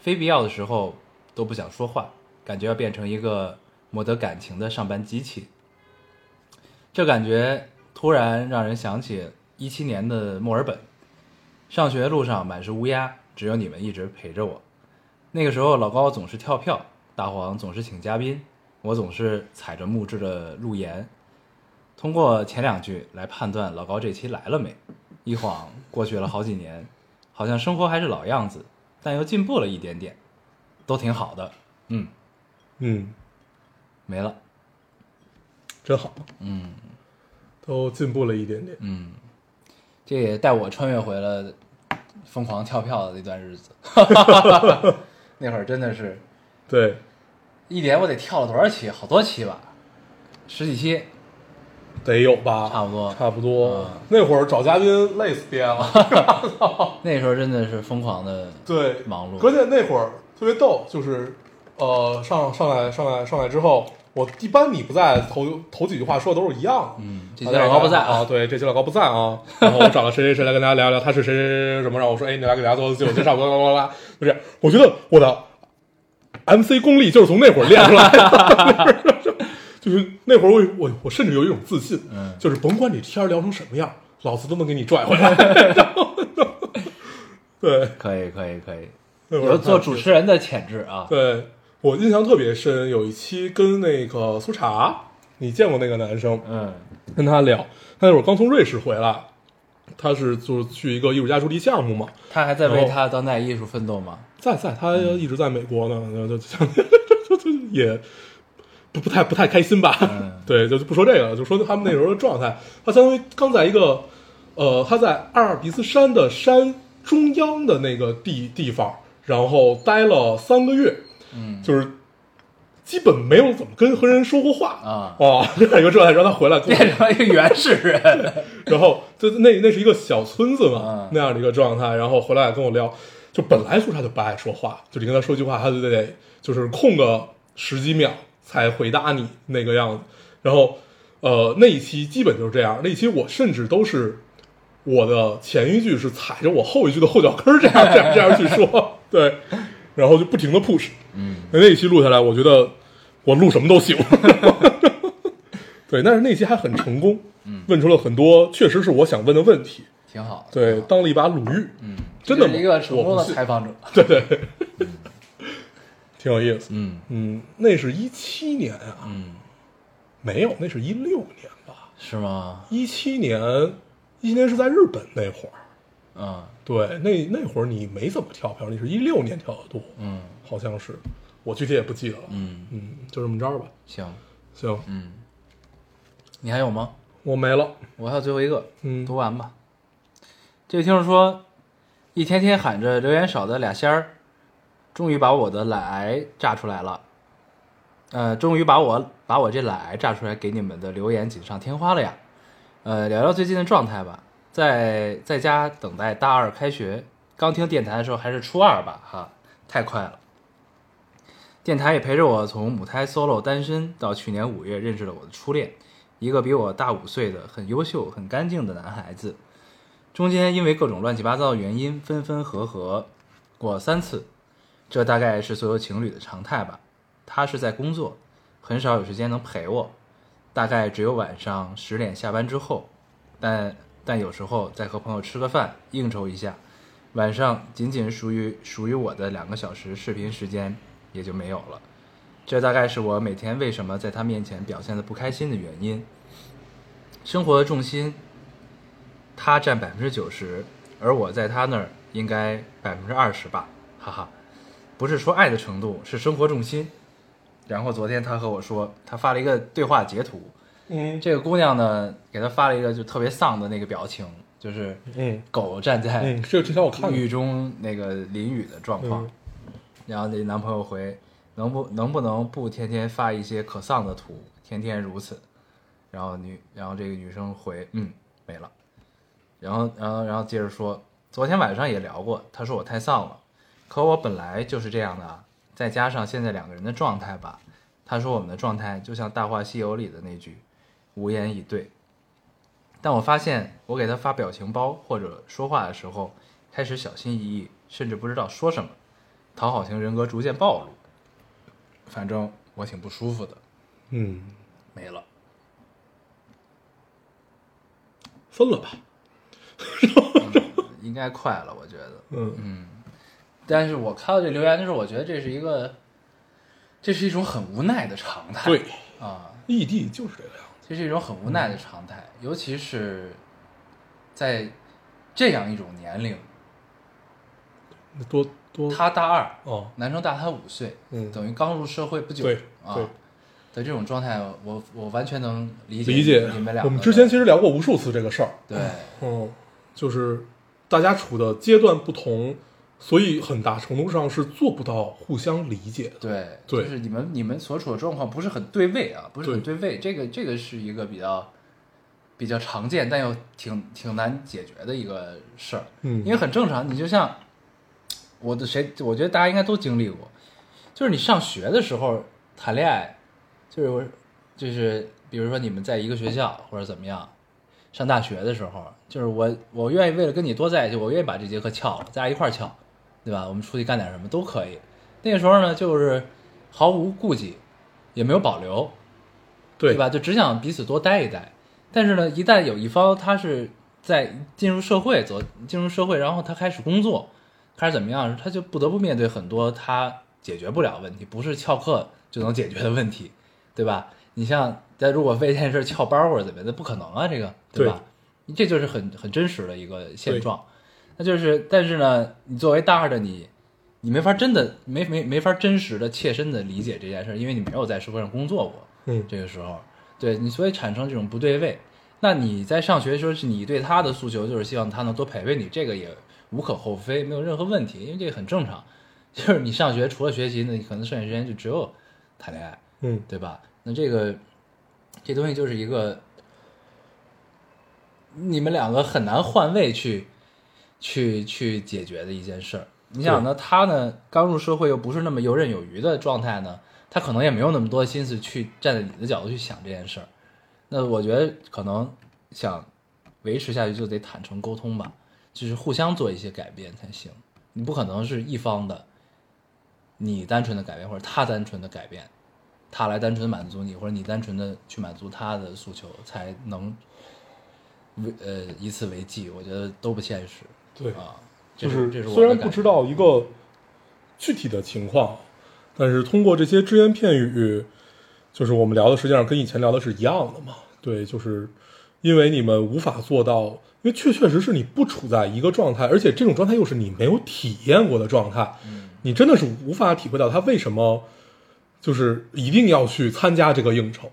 B: 非必要的时候都不想说话，感觉要变成一个没得感情的上班机器。这感觉突然让人想起一七年的墨尔本，上学路上满是乌鸦，只有你们一直陪着我。那个时候，老高总是跳票，大黄总是请嘉宾，我总是踩着木质的路沿，通过前两句来判断老高这期来了没。一晃过去了好几年，好像生活还是老样子，但又进步了一点点，都挺好的。嗯，
C: 嗯，
B: 没了。
C: 真好，
B: 嗯
C: 都进步了一点点。
B: 嗯，这也带我穿越回了疯狂跳票的那段日子。 那会儿真的是
C: 对，
B: 一连我得跳了多少期？好多期吧，十几期。
C: 得有吧，
B: 差不多
C: 差不多
B: 嗯。
C: 那会儿找嘉宾累死爹了，
B: 那时候真的是疯狂的，
C: 对，
B: 忙碌
C: 关键那会儿特别逗，就是呃，上上来上来上来之后，我一般你不在，头头几句话说的都是一样的。
B: 嗯，这
C: 啊
B: 期老高不在
C: 啊，
B: 啊，
C: 对，这期老高不 在啊，然后我找了谁谁谁来跟大家聊一聊，他是谁谁谁谁什么，然后我说，哎，你来给大家做个自我介绍，巴拉巴拉巴拉，就这样。我觉得我的 MC 功力就是从那会儿练出来的， 就是那会儿我我我甚至有一种自信，
B: 嗯
C: 就是甭管你天儿聊成什么样，老子都能给你拽 回来。 然后对，
B: 可以可以可以，
C: 那会儿
B: 有做主持人的潜质啊，
C: 对我印象特别深，有一期跟那个苏茶，你见过那个男生，
B: 嗯
C: 跟他聊，他那会儿刚从瑞士回来，他是就是去一个艺术家助力项目嘛，
B: 他还在为
C: 然后
B: 他当代艺术奋斗吗？
C: 在在他一直在美国呢，然后就 就就就也不不太不太开心吧，
B: 嗯
C: 对，就就不说这个了，就说他们那时候的状态，他相当于刚在一个呃他在阿尔卑斯山的山中央的那个地地方，然后待了三个月，
B: 嗯
C: 就是。基本没有怎么跟和人说过话
B: 啊
C: 哦， 这样一个状态，让他 回来跟我
B: 变成了一个原始人，
C: 然后就那那是一个小村子嘛
B: 嗯，
C: 那样的一个状态，然后回来跟我聊，就本来苏莎就不爱说话，就你跟他说句话，他就得就是空个十几秒才回答你那个样子。然后，呃，那一期基本就是这样，那一期我甚至都是我的前一句是踩着我后一句的后脚跟儿这样这样这样去说，对，然后就不停的 push。
B: 嗯，
C: 那一期录下来，我觉得我录什么都行。 对，但是那期还很成功，
B: 嗯
C: 问出了很多确实是我想问的问题。
B: 挺好的。
C: 对，
B: 挺好的
C: 当了一把鲁豫，
B: 嗯，
C: 真的吗
B: 这是一个成功
C: 我
B: 的
C: 不信
B: 采访者。
C: 对对，挺有意思。
B: 嗯
C: 嗯，那是一七年啊，
B: 嗯，
C: 没有，那是一六年吧？
B: 是吗？
C: 一七年，一七年是在日本那会儿。
B: 嗯
C: 对，那那会儿你没怎么跳票，你是一六年跳的多，
B: 嗯
C: 好像是，我具体也不记得了。
B: 嗯，
C: 嗯，就这么着吧。
B: 行，
C: 行，
B: 嗯，你还有吗？
C: 我没了。
B: 我还有最后一个，
C: 嗯
B: 读完吧。这位听众说，一天天喊着留言少的俩仙儿，终于把我的懒癌炸出来了。呃，终于把我把我这懒癌炸出来，给你们的留言锦上添花了呀。呃，聊聊最近的状态吧，在在家等待大二开学。刚听电台的时候还是初二吧，哈，太快了。电台也陪着我从母胎 solo 单身到去年五月认识了我的初恋，一个比我大五岁的很优秀、很干净的男孩子。中间因为各种乱七八糟的原因，分分合合过三次，这大概是所有情侣的常态吧。他是在工作，很少有时间能陪我，大概只有晚上十点下班之后，但但有时候再和朋友吃个饭，应酬一下。晚上仅仅属于属于我的两个小时视频时间也就没有了。这大概是我每天为什么在他面前表现的不开心的原因。生活的重心，他占百分之九十，而我在他那儿应该百分之二十吧，哈哈。不是说爱的程度，是生活重心。然后昨天他和我说，他发了一个对话截图，
C: 嗯，
B: 这个姑娘呢给他发了一个就特别丧的那个表情，就是
C: 嗯
B: 狗站在
C: 嗯，这这条我看
B: 雨
C: 过，
B: 中那个淋雨的状况
C: 嗯，
B: 然后那男朋友回，能不能不能不天天发一些可丧的图，天天如此，然后女，然后这个女生回，嗯，没了，然后然后然后接着说，昨天晚上也聊过，他说我太丧了，可我本来就是这样的啊，再加上现在两个人的状态吧，他说我们的状态就像《大话西游》里的那句，无言以对。但我发现，我给他发表情包或者说话的时候，开始小心翼翼，甚至不知道说什么，讨好型人格逐渐暴露。反正我挺不舒服的，
C: 嗯，
B: 没了。
C: 分了吧，
B: 应该快了，我觉得。
C: 嗯
B: 但是我看到这留言的时候，我觉得这是一个，这是一种很无奈的常态。
C: 对，
B: 啊，
C: 异地就是这个样子，
B: 这是一种很无奈的常态，尤其是在这样一种年龄，
C: 那多多
B: 他大二，
C: 哦，
B: 男生大他五岁，
C: 嗯
B: 等于刚入社会不久，
C: 对
B: 啊
C: 对
B: 的这种状态，我我完全能理解
C: 理解
B: 你们俩。
C: 我们之前其实聊过无数次这个事儿，
B: 对
C: 嗯，就是大家处的阶段不同，所以很大程度上是做不到互相理解的。
B: 对
C: 对
B: 就是你们你们所处的状况不是很对位啊，不是很对位，这个这个是一个比较比较常见但又挺挺难解决的一个事儿，
C: 嗯
B: 因为很正常，你就像我的谁，我觉得大家应该都经历过，就是你上学的时候谈恋爱，就是我就是比如说你们在一个学校或者怎么样。上大学的时候，就是我，我愿意为了跟你多在一起，我愿意把这节课翘了，咱俩一块儿翘，对吧？我们出去干点什么都可以。那个时候呢，就是毫无顾忌，也没有保留，
C: 对
B: 吧？就只想彼此多待一待。但是呢，一旦有一方他是在进入社会走进入社会，然后他开始工作，开始怎么样，他就不得不面对很多他解决不了的问题，不是翘课就能解决的问题，对吧？你像，但如果为这件事翘班或者怎么样，那不可能啊，这个对吧？这就是很很真实的一个现状。那就是，但是呢，你作为大二的你，你没法真的没没没法真实的切身的理解这件事儿，因为你没有在社会上工作过。
C: 嗯，
B: 这个时候，对你所以产生这种不对位。那你在上学的时候，是你对他的诉求就是希望他能多陪陪你，这个也无可厚非，没有任何问题，因为这个很正常。就是你上学除了学习，那你可能剩下时间就只有谈恋爱，
C: 嗯，
B: 对吧？那这个这东西就是一个你们两个很难换位去去去解决的一件事儿。你想呢？他呢刚入社会又不是那么游刃有余的状态呢，他可能也没有那么多心思去站在你的角度去想这件事儿。那我觉得可能想维持下去就得坦诚沟通吧，就是互相做一些改变才行。你不可能是一方的，你单纯的改变或者他单纯的改变，他来单纯地满足你，或者你单纯的去满足他的诉求，才能为呃以此为继。我觉得都不现实
C: 对，
B: 啊。这
C: 就是
B: 这
C: 是
B: 是
C: 虽
B: 我的
C: 然
B: 感
C: 不知
B: 觉嗯
C: 道一个具体的情况，但是通过这些只言片语，就是我们聊的实际上跟以前聊的是一样的嘛。对，就是因为你们无法做到，因为确确实是你不处在一个状态，而且这种状态又是你没有体验过的状态，
B: 嗯
C: 你真的是无法体会到他为什么就是一定要去参加这个应酬。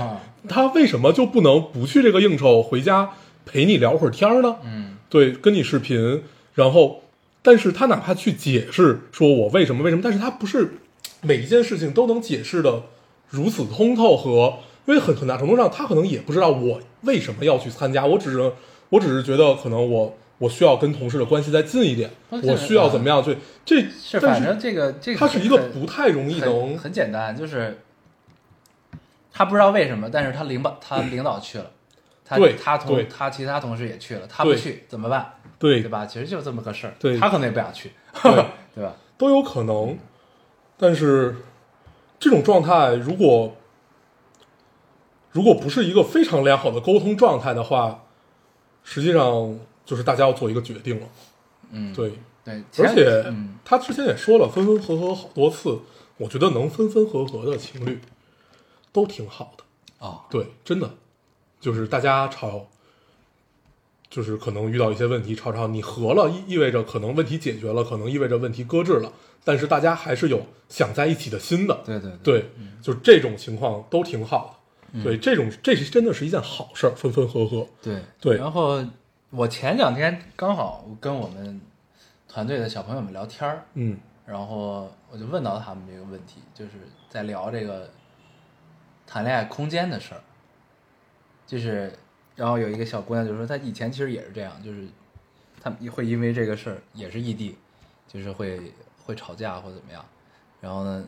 B: 啊，
C: 他为什么就不能不去这个应酬，回家陪你聊会儿天儿呢？
B: 嗯，
C: 对，跟你视频，然后，但是他哪怕去解释说我为什么为什么，但是他不是每一件事情都能解释的如此通透和，因为很很大程度上他可能也不知道我为什么要去参加，我只是我只是觉得可能我我需要跟同事的关系再近一点，
B: 不是
C: 我需要怎么样去这，
B: 是
C: 但
B: 反
C: 是
B: 正这个这个
C: 它是一个
B: 很
C: 不太容易
B: 很
C: 能
B: 很简单，就是他不知道为什么，但是他领导他领导去了，他
C: 对
B: 他
C: 对
B: 同他其他同事也去了，他不
C: 对
B: 去怎么办？
C: 对
B: 对吧？其实就这么个事儿，
C: 对
B: 他可能也不想去，
C: 对
B: 对吧？
C: 都有可能，但是这种状态如果如果不是一个非常良好的沟通状态的话，实际上就是大家要做一个决定了。
B: 嗯，
C: 对，
B: 对，前
C: 而且
B: 嗯，
C: 他之前也说了，分分合合好多次，我觉得能分分合合的情侣都挺好的。
B: 哦，
C: 对，真的，就是大家吵，就是可能遇到一些问题，吵吵你和了，意意味着可能问题解决了，可能意味着问题搁置了，但是大家还是有想在一起的心的。
B: 对对对，
C: 对，就这种情况都
B: 嗯
C: 挺好的。对，这种这是真的是一件好事儿，分分合合。
B: 对
C: 对
B: 然后我前两天刚好跟我们团队的小朋友们聊天儿，
C: 嗯
B: 然后我就问到他们这个问题，就是在聊这个谈恋爱空间的事儿，就是，然后有一个小姑娘就说，她以前其实也是这样，就是他们会因为这个事儿也是异地，就是会会吵架或怎么样，然后呢，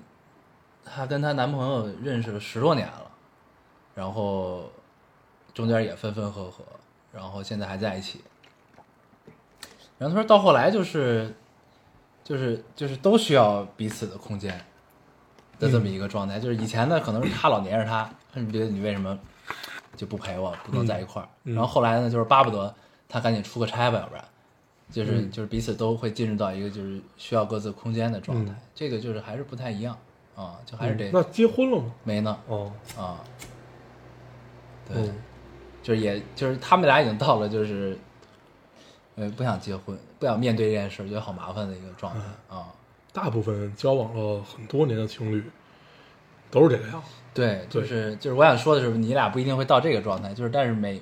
B: 她跟她男朋友认识了十多年了，然后中间也分分合合，然后现在还在一起，然后她说到后来就是就是就是都需要彼此的空间的这么一个状
C: 嗯
B: 态。就是以前呢，可能是他老黏着他，你觉得你为什么就不陪我，不跟我在一块儿？
C: 嗯
B: 然后后来呢，就是巴不得他赶紧出个差吧，要不然就是、
C: 嗯
B: 就是彼此都会进入到一个就是需要各自空间的状态。
C: 嗯
B: 这个就是还是不太一样啊，就还是得
C: 那结婚了吗？
B: 没呢
C: 哦，
B: 啊。对，
C: 嗯
B: 就是也就是他们俩已经到了就是。呃，不想结婚，不想面对这件事，觉得好麻烦的一个状态
C: 嗯
B: 啊。
C: 大部分交往了很多年的情侣都是这个样子。
B: 对，就
C: 对
B: 是就是我想说的是，你俩不一定会到这个状态，就是但是每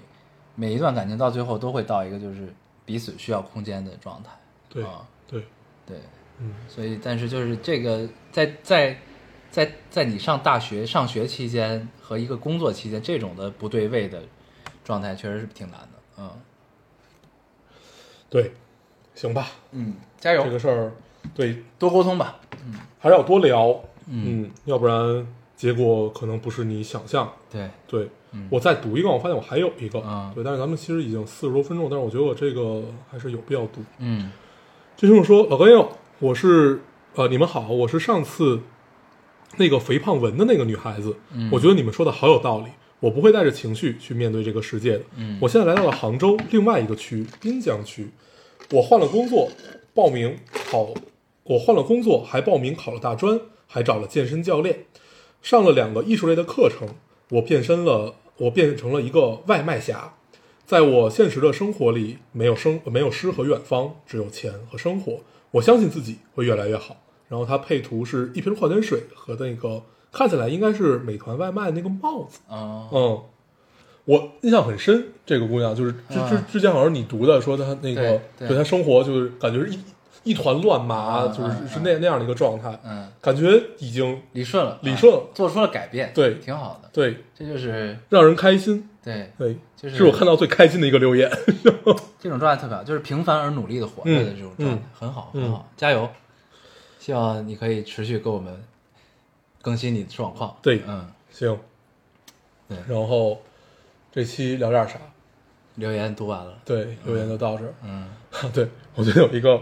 B: 每一段感情到最后都会到一个就是彼此需要空间的状态。
C: 对、
B: 啊
C: 对，
B: 对，
C: 嗯
B: 所以但是就是这个在在在在你上大学上学期间和一个工作期间这种的不对位的状态，确实是挺难的。嗯
C: 对，行吧，
B: 嗯，加油，
C: 这个事儿对
B: 多沟通吧。
C: 还是要多聊，嗯要不然结果可能不是你想象。
B: 对，
C: 对，我再读一个，我发现我还有一个，
B: 啊
C: 对，但是咱们其实已经四十多分钟，但是我觉得我这个还是有必要读。
B: 嗯
C: 这听众说：“老高友，我是呃，你们好，我是上次那个肥胖纹的那个女孩子。
B: 嗯
C: 我觉得你们说的好有道理，我不会带着情绪去面对这个世界的。
B: 嗯
C: 我现在来到了杭州另外一个区滨江区，我换了工作，报名考，我换了工作，还报名考了大专，还找了健身教练，上了两个艺术类的课程。我变身了，我变成了一个外卖侠。”在我现实的生活里，没有生没有诗和远方，只有钱和生活。我相信自己会越来越好。然后它配图是一瓶矿泉水和那个看起来应该是美团外卖那个帽子。
B: 啊
C: 嗯，我印象很深，这个姑娘就是之之
B: 啊
C: 之前好像是你读的，说她那个
B: 对对
C: 她生活就是感觉是一一团乱麻，
B: 啊
C: 就是
B: 啊
C: 是那那样的一个状态，
B: 嗯，
C: 感觉已经
B: 理顺了，
C: 理顺
B: 啊
C: 了，
B: 做出了改变，
C: 对
B: 挺好的。
C: 对
B: 这就是
C: 让人开心。
B: 对
C: 对，
B: 就是
C: 是我看到最开心的一个留言。
B: 这种状态特别好，就是平凡而努力的活着的这种状态，
C: 嗯嗯
B: 很好，
C: 嗯
B: 很好，加油！希望你可以持续给我们更新你的状况。
C: 对
B: 嗯，
C: 行，
B: 对
C: 然后这期聊点啥？
B: 留言读完了，
C: 对，留言就到这儿。
B: 嗯，
C: 对，我觉得有一个，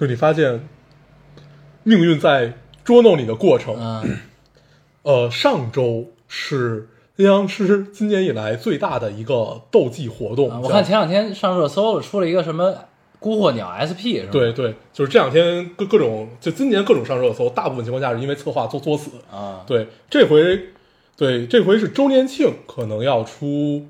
C: 就是你发现命运在捉弄你的过程。
B: 嗯，
C: 呃，上周是阴阳师今年以来最大的一个斗技活动，
B: 啊
C: 叫
B: 我看前两天上热搜出了一个什么孤火鸟 SP 是吧？
C: 对对，就是这两天各各种，就今年各种上热搜，大部分情况下是因为策划作作死。
B: 啊，
C: 对，这回，对，这回是周年庆，可能要出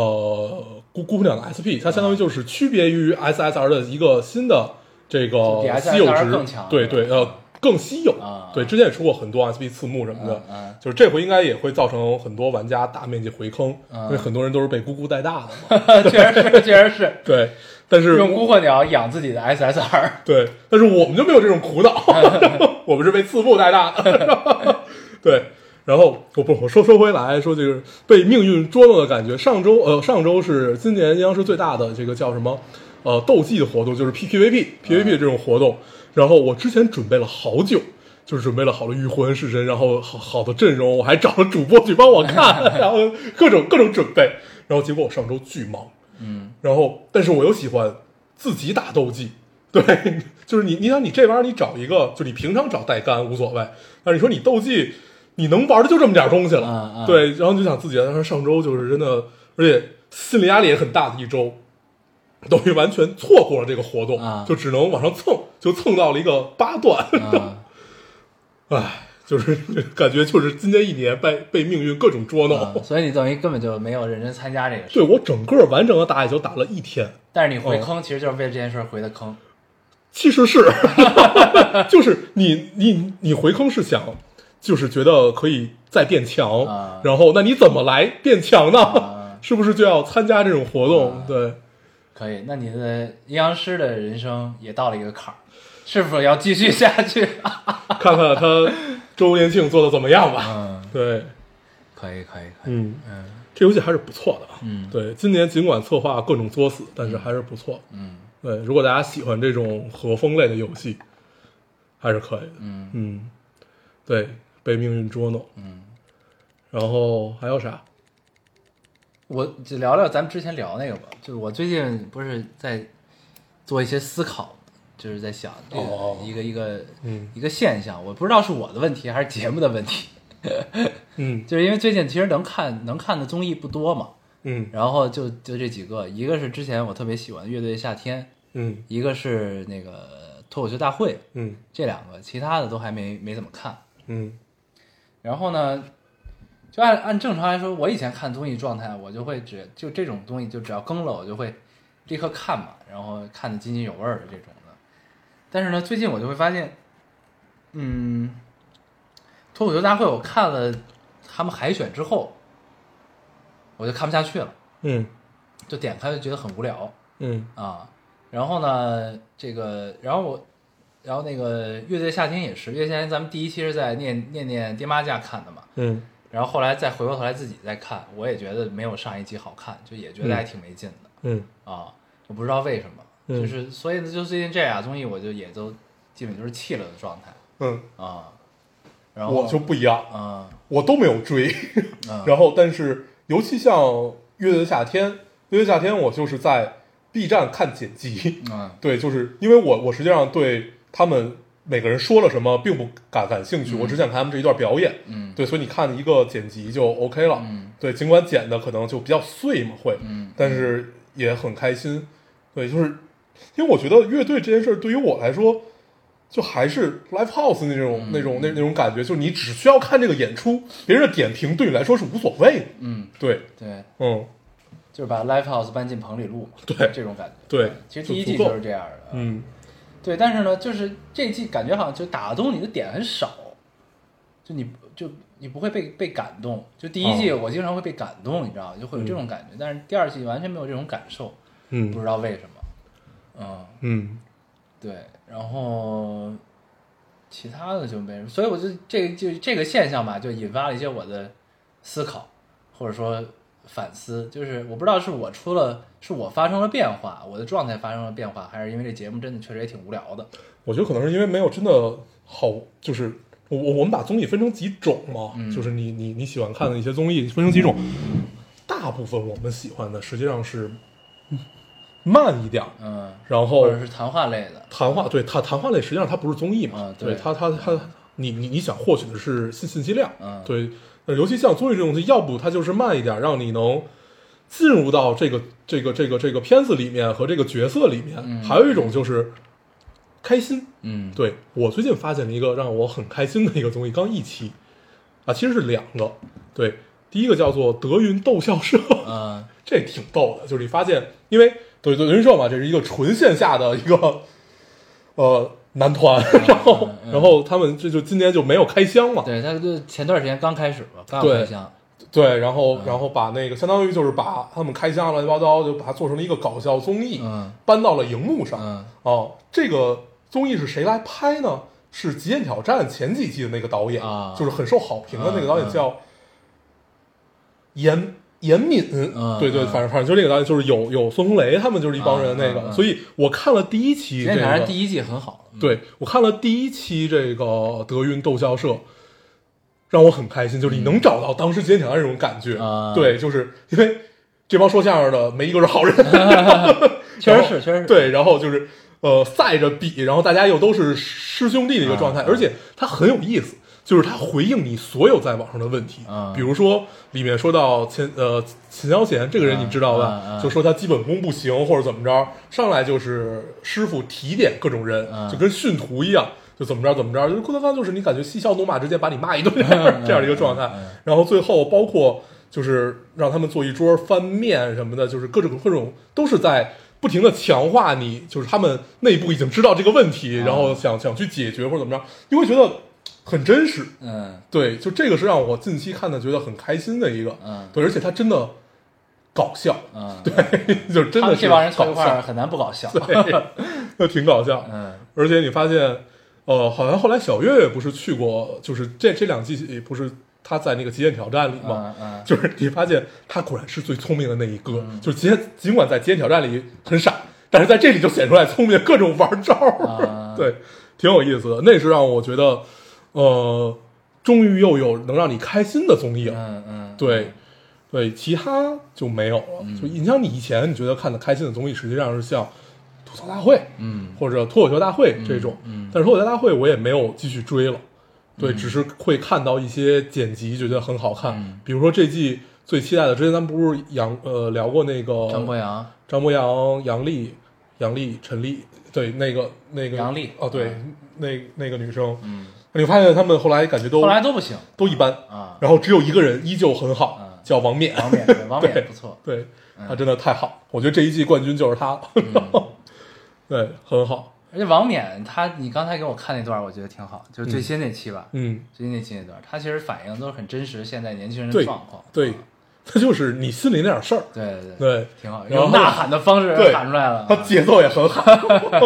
C: 呃姑姑娘的 SP，它
B: 啊
C: 相当于就是区别于 SSR 的一个新的这
B: 比
C: 个
B: SSR
C: 稀有值，
B: 更强
C: 对对，呃，更稀有。
B: 啊
C: 对，之前也出过很多 SP 字幕什么的，
B: 嗯嗯
C: 就是这回应该也会造成很多玩家大面积回坑，
B: 嗯
C: 因为很多人都是被姑姑带大的嘛。
B: 确实是，确实是
C: 对，但是
B: 用孤火鸟养自己的 SSR。
C: 对，但是我们就没有这种苦恼，我们是被刺目带大的。 对，然后我不我说说回来说这个被命运捉弄的感觉。上周呃上周是今年央视最大的这个叫什么呃斗技的活动，就是 PQVP PVP 这种活动。然后我之前准备了好久。就是准备了好的御魂式神，然后好好的阵容，我还找了主播去帮我看，然后各种各种准备，然后结果我上周巨忙，
B: 嗯，
C: 然后，但是我又喜欢自己打斗技， 对，就是你，你想你这玩意儿，你找一个，就你平常找代干无所谓，但是你说你斗技，你能玩的就这么点东西了，
B: 嗯嗯
C: 对，然后你就想自己，但是上周就是真的，而且心理压力也很大的一周，等于完全错过了这个活动，
B: 啊
C: 就只能往上蹭，就蹭到了一个八段，
B: 啊，
C: 唉，就是感觉就是今年一年被被命运各种捉 弄，
B: 啊所以你等于根本就没有认真参加这个事，
C: 对我整个完整的打也就打了一天，
B: 但是你回坑其实就是为了这件事儿回的坑。
C: 其实是， 就是你你你回坑是想，就是觉得可以再变强，
B: 啊
C: 然后那你怎么来变强呢？
B: 啊
C: 是不是就要参加这种活动？
B: 啊
C: 对，
B: 可以，那你的阴阳师的人生也到了一个坎儿，是否要继续下去？啊
C: 看看他周年庆做的怎么样吧。
B: 嗯，
C: 对，
B: 可以，可以，可以。
C: 嗯，
B: 嗯
C: 这游戏还是不错的啊。
B: 嗯
C: 对，今年尽管策划各种作死，但是还是不错。
B: 嗯
C: 对，如果大家喜欢这种和风类的游戏，还是可以的。
B: 嗯
C: 嗯，对，被命运捉弄。
B: 嗯，
C: 然后还有啥？
B: 我就聊聊咱们之前聊那个吧，就是我最近不是在做一些思考，就是在想这个
C: 哦
B: 一个一个
C: 嗯
B: 一个现象，我不知道是我的问题还是节目的问题，
C: 嗯
B: 就是因为最近其实能看能看的综艺不多嘛，
C: 嗯
B: 然后就就这几个，一个是之前我特别喜欢的《乐队夏天》，
C: 嗯
B: 一个是那个脱口秀大会，
C: 嗯
B: 这两个，其他的都还没没怎么看。
C: 嗯
B: 然后呢，就按按正常来说，我以前看综艺状态，我就会只就这种东西，就只要更了，我就会立刻看嘛，然后看的津津有味儿的这种的。但是呢，最近我就会发现，嗯，脱口秀大会我看了他们海选之后，我就看不下去了，
C: 嗯
B: 就点开就觉得很无聊。
C: 嗯
B: 啊，然后呢，这个，然后我，然后那个乐队夏天也是，乐队夏天咱们第一期是在念念念爹妈家看的嘛，
C: 嗯
B: 然后后来再回过头来自己再看，我也觉得没有上一集好看，就也觉得还挺没劲的、
C: 嗯
B: 啊，我不知道为什么，
C: 嗯
B: 就是所以呢，就最近这俩综艺我就也都基本就是弃了的状态
C: 嗯，
B: 啊，然后
C: 我就不一样，
B: 嗯
C: 我都没有追。
B: 嗯
C: 然后，但是尤其像《乐队的夏天》，《乐队的夏天》，我就是在 B 站看剪辑。
B: 嗯
C: 对，就是因为我我实际上对他们每个人说了什么并不感感兴趣，我只想看他们这一段表演。
B: 嗯
C: 对，所以你看一个剪辑就 OK 了。
B: 嗯
C: 对，尽管剪的可能就比较碎嘛，会，
B: 嗯
C: 但是也很开心。对，就是因为我觉得乐队这件事儿对于我来说，就还是 live house 那种、
B: 嗯
C: 那种那那种感觉，就是你只需要看这个演出，别人的点评对你来说是无所谓的。
B: 嗯，
C: 对，
B: 对，
C: 嗯
B: 就是把 live house 搬进棚里录嘛，
C: 对
B: 这种感觉，
C: 对
B: 其实
C: 就
B: 第一季
C: 足够
B: 就是这样的，嗯
C: 嗯
B: 对，但是呢，就是这季感觉好像就打动你的点很少，就你就你不会被被感动。就第一季我经常会被感动，你知道吗？就会有这种感觉，但是第二季完全没有这种感受，不
C: 嗯
B: 知道为什么。嗯，
C: 嗯
B: 对，然后其他的就没什么，所以我就这个就这个现象吧，就引发了一些我的思考，或者说反思，就是我不知道是我出了是我发生了变化，我的状态发生了变化，还是因为这节目真的确实也挺无聊的。
C: 我觉得可能是因为没有真的好，就是我我我们把综艺分成几种嘛，
B: 嗯
C: 就是你你你喜欢看的一些综艺分成几种，大部分我们喜欢的实际上是嗯慢一点儿，
B: 嗯，
C: 然
B: 或
C: 后
B: 者是谈话类的，
C: 谈话，对它谈话类实际上它不是综艺嘛，
B: 啊对
C: 对它它它，你你你想获取的是信信息量，
B: 嗯
C: 对，呃尤其像综艺这种东西，要不它就是慢一点，让你能进入到这个这个这个这个片子里面和这个角色里面，
B: 嗯
C: 还有一种就是开心，
B: 嗯，
C: 对我最近发现了一个让我很开心的一个综艺，刚一期啊，其实是两个，对，第一个叫做德云逗笑社，
B: 嗯
C: 这挺逗的，就是你发现，因为德德云社嘛，这是一个纯线下的一个呃男团， 然后、
B: 嗯嗯
C: 然后他们这就今年就没有开箱嘛，
B: 对，他就前段时间刚开始吧，刚
C: 对
B: 开箱，
C: 对，然后、
B: 嗯
C: 然后把那个相当于就是把他们开箱乱七八糟，就把它做成了一个搞笑综艺，
B: 嗯
C: 搬到了荧幕上。
B: 嗯
C: 哦，这个综艺是谁来拍呢？是《极限挑战》前几季的那个导演，
B: 啊
C: 就是很受好评的那个导演
B: 嗯
C: 叫严严敏，
B: 嗯
C: 对对，
B: 嗯
C: 反正反正就这个导演，就是有有孙红雷他们就是一帮人那个，
B: 嗯嗯嗯
C: 所以我看了第一期
B: 今
C: 这
B: 天反正
C: 个，
B: 第一季很好，嗯，
C: 对我看了第一期这个德云逗笑社。让我很开心，就是你能找到当时《极限挑战》这种感觉，
B: 嗯啊
C: 对，就是因为这帮说相声的没一个 是好人，
B: 确
C: 然
B: 实
C: 后
B: 是，确实是，
C: 对，然后就是呃赛着比，然后大家又都是师兄弟的一个状态，
B: 啊
C: 而且它很有意思，就是它回应你所有在网上的问题，
B: 啊
C: 比如说里面说到秦呃秦霄贤这个人
B: 啊
C: 你知道吧，
B: 啊啊
C: 就说他基本功不行或者怎么着，上来就是师傅提点各种人，
B: 啊
C: 就跟训徒一样。就怎么着怎么着，就是郭德纲就是你感觉嬉笑怒骂，直接把你骂一顿这样、 这样的一个状态，然后最后包括就是让他们做一桌翻面什么的，就是各种各种都是在不停的强化你，就是他们内部已经知道这个问题，然后想想去解决或者怎么着，你会觉得很真实。
B: 嗯
C: 对，就这个是让我近期看的觉得很开心的一个，
B: 嗯
C: 对，而且它真的搞笑，
B: 嗯，
C: 对，就真
B: 他
C: 的
B: 们
C: 是
B: 这帮人凑一
C: 搞
B: 块儿
C: 笑，
B: 很难不搞笑。
C: 对，那挺搞笑。
B: 嗯
C: 而且你发现，呃，好像后来小岳岳不是去过，就是这这两季不是他在那个极限挑战里吗？
B: 嗯嗯，
C: 就是你发现他果然是最聪明的那一个，就是尽尽管在极限挑战里很傻，但是在这里就显出来聪明，各种玩招儿，
B: 啊
C: 对，挺有意思的。那是让我觉得，呃，终于又有能让你开心的综艺了。
B: 嗯嗯，
C: 对，对，其他就没有了。就你像你以前你觉得看的开心的综艺，实际上是像吐槽大会，
B: 嗯
C: 或者脱口秀大会这种。
B: 嗯
C: 但是脱口秀大会我也没有继续追了，对，只是会看到一些剪辑，觉得很好看。
B: 嗯
C: 比如说这季最期待的，之前咱们不是杨呃聊过那个
B: 张博洋，
C: 张博洋、杨丽、杨丽、陈丽，对，那个那个
B: 杨丽
C: 哦，对，那那个女生，
B: 嗯，
C: 你发现他们后来感觉都
B: 后来都不行
C: 都一般。
B: 啊。
C: 然后只有一个人依旧很好，
B: 嗯
C: 叫王冕。
B: 王冕，嗯对王冕不错，
C: 对他真的太好，我觉得这一季冠军就是他。
B: 嗯
C: 对，很好。
B: 而且王冕他，你刚才给我看那段，我觉得挺好，就是最新那期吧，
C: 嗯，
B: 最新那期那段，他其实反映都是很真实现在年轻人的
C: 对
B: 状况，
C: 对，他就是你心里那点事儿。
B: 对对对，
C: 对，
B: 挺好，
C: 然后
B: 用呐喊的方式
C: 对
B: 喊出来了啊，
C: 他节奏也很好。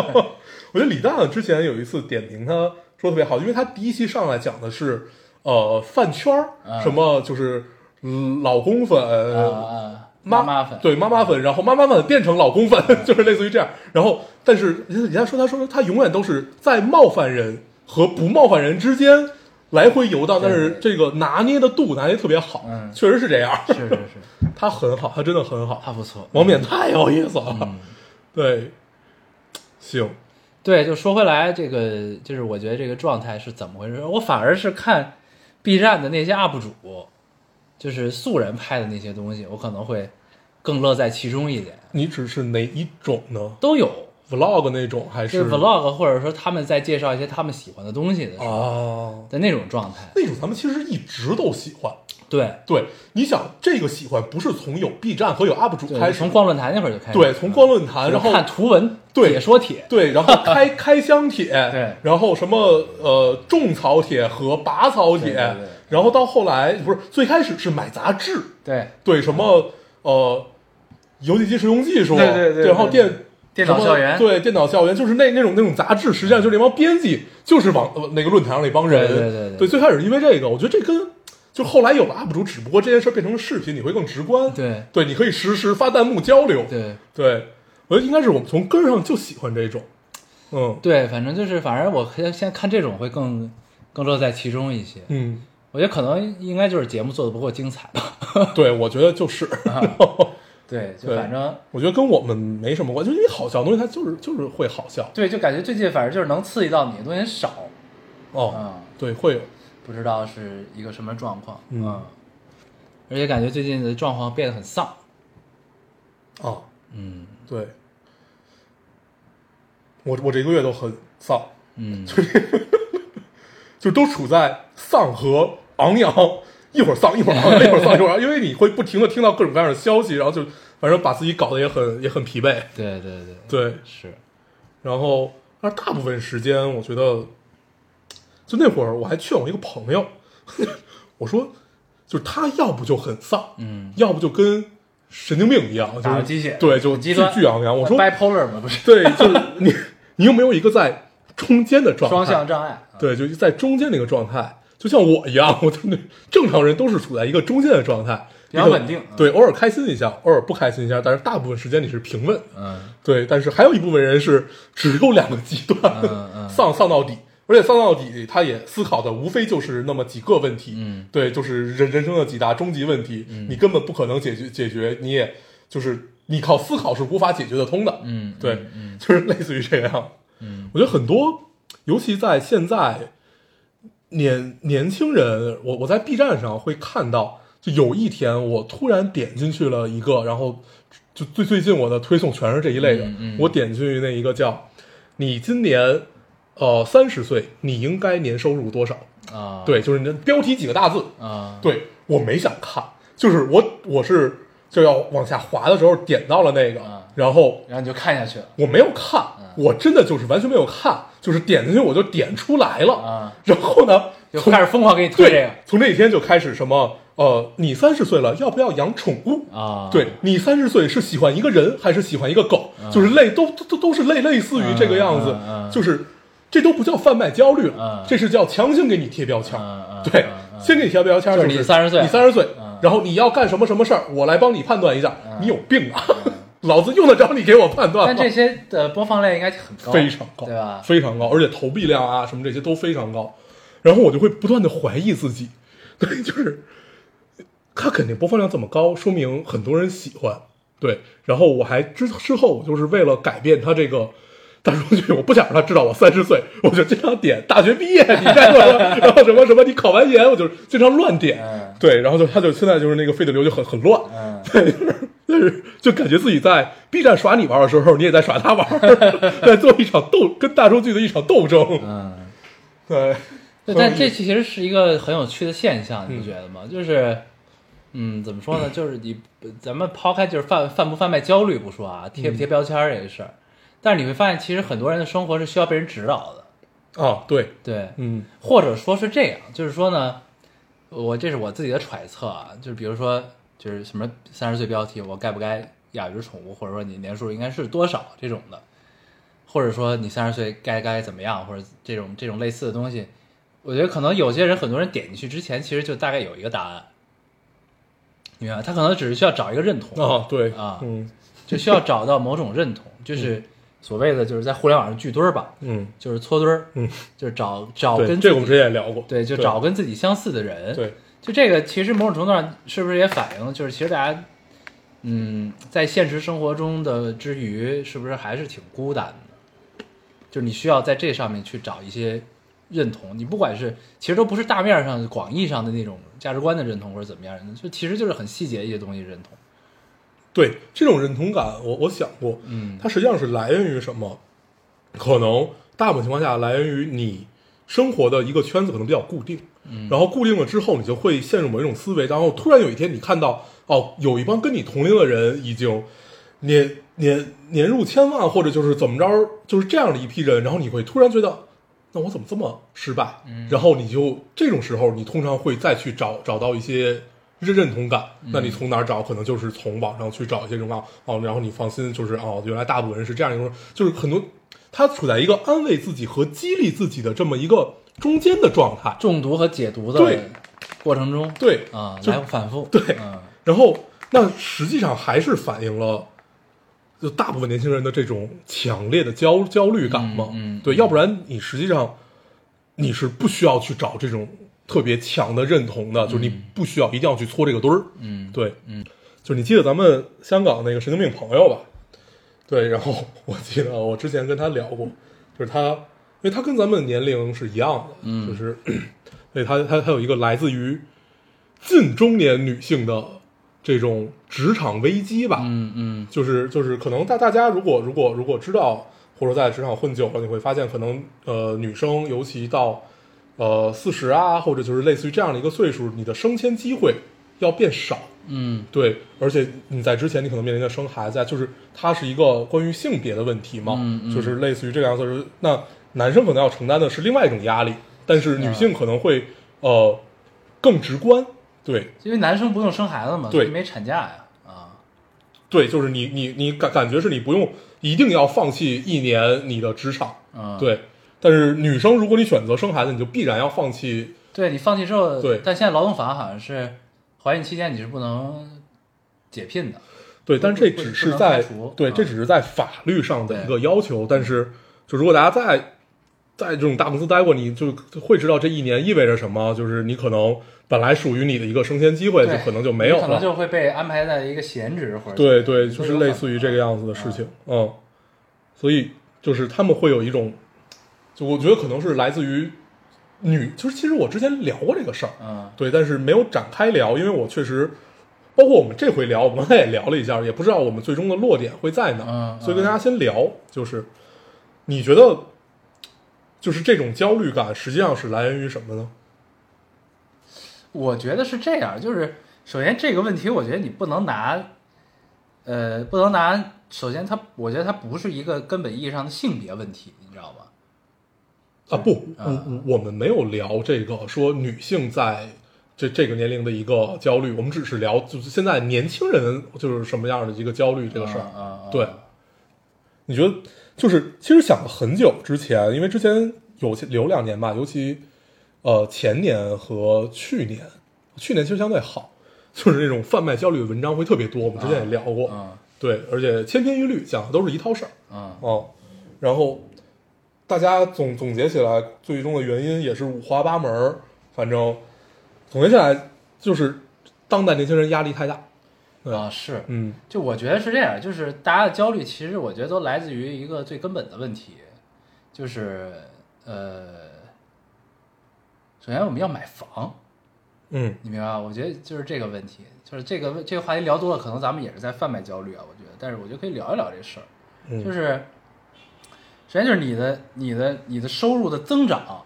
C: 我觉得李诞之前有一次点评他说特别好，因为他第一期上来讲的是呃饭圈儿
B: 嗯
C: 什么就是嗯老公粉
B: 啊啊，
C: 妈
B: 妈粉，嗯
C: 对妈妈粉，然后妈妈粉变成老公粉， 就是类似于这样。然后，但是人家说，他说他永远都是在冒犯人和不冒犯人之间来回游荡，
B: 对
C: 但是这个拿捏的度拿捏特别好，
B: 嗯
C: 确实是这样。
B: 是是是，
C: 他很好，他真的很好，
B: 他不错，
C: 王冕太有意思了。
B: 嗯
C: 对，行，
B: 对，就说回来，这个就是我觉得这个状态是怎么回事？我反而是看 B 站的那些 UP 主，就是素人拍的那些东西，我可能会更乐在其中一点。
C: 你只是哪一种呢
B: 都有，
C: ？vlog 那种还
B: 就是 vlog 或者说他们在介绍一些他们喜欢的东西的时候
C: 啊？
B: 的那种状态。
C: 那种咱们其实一直都喜欢。
B: 对，
C: 对，你想这个喜欢不是从有 B 站和有 UP 主
B: 对
C: 开始，
B: 从逛论坛那会儿就开始了，
C: 对，从光论坛，
B: 就是
C: 然后
B: 哎嗯看图文
C: 对
B: 解说帖，
C: 对，然后 开开箱帖，
B: 对
C: 然后什么呃种草帖和拔草帖，
B: 对对对
C: 然后到后来不是最开始是买杂志，
B: 对，
C: 对什么呃游戏机实用技术，
B: 对对对对
C: 然后电
B: 电脑
C: 什么
B: 校园
C: 对电脑校园就是那那种那种杂志，实际上就是那帮编辑就是网呃那个论坛上那帮人，
B: 对对对对
C: 最开始是因为这个，我觉得这跟就后来有了 UP 主，只不过这件事变成了视频，你会更直观，
B: 对
C: 对，你可以实时发弹幕交流，
B: 对
C: 对，我觉得应该是我们从根儿上就喜欢这种，嗯
B: 对，反正就是，反正我现在看这种会更更乐在其中一些。
C: 嗯，
B: 我觉得可能应该就是节目做的不够精彩吧。
C: 对，我觉得就是，
B: 对， 就
C: 对
B: 反正
C: 我觉得跟我们没什么关系，就因为好笑的东西它就是就是会好笑
B: 对，就感觉最近反正就是能刺激到你的东西少，
C: 哦，
B: 嗯，
C: 对，会有，
B: 不知道是一个什么状况，
C: 嗯
B: 而且感觉最近的状况变得很丧，
C: 啊，
B: 嗯
C: 对，我我这一个月都很丧，
B: 嗯，
C: 就都处在丧和昂扬，一会儿丧一会儿昂扬，一会儿丧一会儿昂扬，因为你会不停的听到各种各样的消息，然后就反正把自己搞得也很也很疲惫，
B: 对对对，
C: 对，
B: 是，
C: 然后，但是大部分时间，我觉得，就那会儿我还劝我一个朋友， 我说，就是他要不就很丧，
B: 嗯，
C: 要不就跟神经病一样，
B: 打
C: 就
B: 了
C: 是
B: 鸡血
C: 对，就
B: 很极
C: 巨
B: 端
C: 巨昂扬。我说，
B: bipolar 嘛，不 是
C: 对，就是你，你有没有一个在中间的状态？
B: 双向障碍，嗯
C: 对，就在中间那个状态，就像我一样，我真的正常人都是处在一个中间的状态，
B: 比较
C: 你可
B: 稳定嗯
C: 对，偶尔开心一下，偶尔不开心一下，但是大部分时间你是平稳的。
B: 嗯
C: 对，但是还有一部分人是只有两个极端，
B: 嗯嗯
C: 丧丧到底，而且丧到底，他也思考的无非就是那么几个问题，
B: 嗯，
C: 对，就是人人生的几大终极问题，你根本不可能解决解决，你也就是你靠思考是无法解决得通的，
B: 嗯，
C: 对，
B: 嗯嗯
C: 就是类似于这样，
B: 嗯，
C: 我觉得很多，尤其在现在年年轻人，我我在 B 站上会看到，就有一天我突然点进去了一个，然后就最最近我的推送全是这一类的，
B: 嗯嗯
C: 我点进去那一个叫“你今年呃三十岁，你应该年收入多少
B: 啊”，，
C: 对，就是你的标题几个大字，
B: 啊，
C: 对我没想看，就是我我是就要往下滑的时候点到了那个
B: 啊，
C: 然后
B: 然后你就看下去了，
C: 我没有看，
B: 嗯
C: 我真的就是完全没有看，就是点进去我就点出来了，
B: 啊
C: 然后呢，
B: 就
C: 从
B: 开始疯狂给你推这
C: 对
B: 个，，
C: 从那一天就开始什么呃，你三十岁了，要不要养宠物？
B: 啊，
C: 对你三十岁是喜欢一个人还是喜欢一个狗？就是类都都都都是类类似于这个样子
B: 嗯嗯嗯，
C: 就是这都不叫贩卖焦虑了
B: 嗯，
C: 这是叫强行给你贴标签
B: 嗯嗯。
C: 对，先给你贴标签，
B: 就是
C: 是
B: 你30岁
C: 你三十岁
B: 嗯，
C: 然后你要干什么什么事儿，我来帮你判断一下，你有病啊！ 老子用得着你给我判 断
B: 但
C: 吗
B: 这？些的播放量应该很高，
C: 非常高，
B: 对吧？
C: 非常高，而且投币量啊什么这些都非常高。然后我就会不断的怀疑自己，对， 就是它肯定播放量这么高，说明很多人喜欢，对。然后我还之之后，我就是为了改变它这个大数据，我不想让他知道我三十岁，我就经常点大学毕业，你干过什么？ 然后什么什么，你考完研，我就经常乱点，
B: 嗯
C: 对。然后就他就现在就是那个费的流就很很乱，
B: 嗯，
C: 对，就是就是就感觉自己在 B 站耍你玩的时候，你也在耍他玩，在做一场斗，跟大数据的一场斗争。
B: 嗯，
C: 对，
B: 对，但这其实是一个很有趣的现象，你不觉得吗？就是，嗯，怎么说 呢？就是你，咱们抛开就是贩贩不贩卖焦虑不说啊，贴
C: 嗯
B: 不贴标签儿这个事儿，但是你会发现，其实很多人的生活是需要被人指导的，
C: 啊，对，
B: 对，
C: 嗯
B: 或者说是这样，就是说呢，我这是我自己的揣测啊，就是比如说，就是什么三十岁标题，我该不该养一只宠物，或者说你年数应该是多少这种的，或者说你三十岁该该怎么样，或者这种这种类似的东西，我觉得可能有些人很多人点进去之前，其实就大概有一个答案，你明白吗？他可能只是需要找一个认同，
C: 啊，对
B: 啊
C: 嗯
B: 就需要找到某种认 同，就是所谓的就是在互联网上聚堆儿吧，
C: 嗯
B: 就是搓堆儿，
C: 嗯，
B: 就是找找
C: 对，
B: 跟自
C: 这个我们
B: 己
C: 之前也聊过，
B: 对，就找跟自己相似的人。，
C: 对
B: 就这个其实某种程度上是不是也反映，就是其实大家，嗯，在现实生活中的之余，是不是还是挺孤单的？就是你需要在这上面去找一些认同，你不管是其实都不是大面上广义上的那种价值观的认同或者怎么样的，就其实就是很细节一些东西认同。
C: 对，这种认同感，我我想过，
B: 嗯
C: 它实际上是来源于什么？可能大部分情况下来源于你生活的一个圈子可能比较固定，嗯，然后固定了之后，你就会陷入某一种思维，然后突然有一天你看到，哦，有一帮跟你同龄的人已经年年年入千万，或者就是怎么着，就是这样的一批人，然后你会突然觉得。那我怎么这么失败？
B: 嗯
C: 然后你就这种时候，你通常会再去找找到一些认认同感。
B: 嗯
C: 那你从哪儿找？可能就是从网上去找一些这种啊哦，然后你放心，就是哦，原来大部分人是这样一种，就是很多他处在一个安慰自己和激励自己的这么一个中间的状态。
B: 中毒和解读
C: 对
B: 的过程中，
C: 对
B: 啊、
C: 就
B: 来回反复。
C: 对
B: 嗯
C: 然后那实际上还是反映了。就大部分年轻人的这种强烈的焦焦虑感嘛，
B: 嗯嗯
C: 对，要不然你实际上你是不需要去找这种特别强的认同的，就是你不需要一定要去搓这个堆儿，
B: 嗯，
C: 对，嗯，就是你记得咱们香港那个神经病朋友吧？对，然后 我记得我之前跟他聊过，就是他，因为他跟咱们年龄是一样的，嗯，就是， 所以他他他有一个来自于近中年女性的这种职场危机吧，
B: 嗯嗯
C: 就是就是可能大大家如果如果如果知道或者在职场混久了，你会发现可能呃女生尤其到呃四十啊，或者就是类似于这样的一个岁数，你的升迁机会要变少。
B: 嗯
C: 对，而且你在之前你可能面临着生孩子，啊，就是它是一个关于性别的问题嘛，
B: 嗯嗯
C: 就是类似于这个样子。就是那男生可能要承担的是另外一种压力，但是
B: 啊
C: 女性可能会、呃更直观。对
B: 因为男生不用生孩子嘛，
C: 对
B: 所以没产假呀，啊，
C: 对，就是你你你感感觉是你不用一定要放弃一年你的职场，
B: 嗯，
C: 对。但是女生如果你选择生孩子，你就必然要放弃。
B: 对你放弃之后，
C: 对
B: 但现在劳动法好像是怀孕期间你是不能解聘的，
C: 对，但是这
B: 不
C: 只
B: 不
C: 是
B: 能
C: 在
B: 排除
C: 对，
B: 啊
C: 这只是在法律上的
B: 对
C: 一个要求。但是，就如果大家在在这种大公司待过，你就会知道这一年意味着什么。就是你可能本来属于你的一个升迁机会，就可能就没有
B: 你可能
C: 了。
B: 就会被安排在一个闲职或者
C: 对对，就是
B: 都有可
C: 类
B: 能啊
C: 似于这个样子的事情。嗯，所以就是他们会有一种，就我觉得可能是来自于女，就是其实我之前聊过这个事儿，
B: 嗯
C: 对，但是没有展开聊，因为我确实，包括我们这回聊，我们刚才也聊了一下，也不知道我们最终的落点会在哪，
B: 嗯嗯
C: 所以跟大家先聊，就是你觉得，就是这种焦虑感实际上是来源于什么呢？
B: 我觉得是这样，就是首先这个问题，我觉得你不能拿，呃，不能拿。首先它，我觉得它不是一个根本意义上的性别问题，你知道吧？
C: 啊，不，
B: 嗯
C: 我我们没有聊这个说女性在这这个年龄的一个焦虑。我们只是聊就是现在年轻人就是什么样的一个焦虑这个事儿。
B: 啊啊，
C: 对，你觉得就是其实想了很久之前，因为之前有有两年吧，尤其呃前年和去年，去年其实相对好，就是那种贩卖焦虑的文章会特别多，我们之前也聊过，
B: 嗯
C: 对，而且千篇一律，讲的都是一套事儿
B: 嗯
C: 哦、然后大家总总结起来，最终的原因也是五花八门儿，反正总结下来就是当代年轻人压力太大，对
B: 啊是，
C: 嗯，
B: 就我觉得是这样，就是大家的焦虑，其实我觉得都来自于一个最根本的问题，就是呃，首先我们要买房，
C: 嗯，
B: 你明白吧？我觉得就是这个问题，就是这个这个话题聊多了，可能咱们也是在贩卖焦虑啊。我觉得，但是我觉得可以聊一聊这事儿，
C: 嗯
B: 就是首先就是你的你的你的收入的增长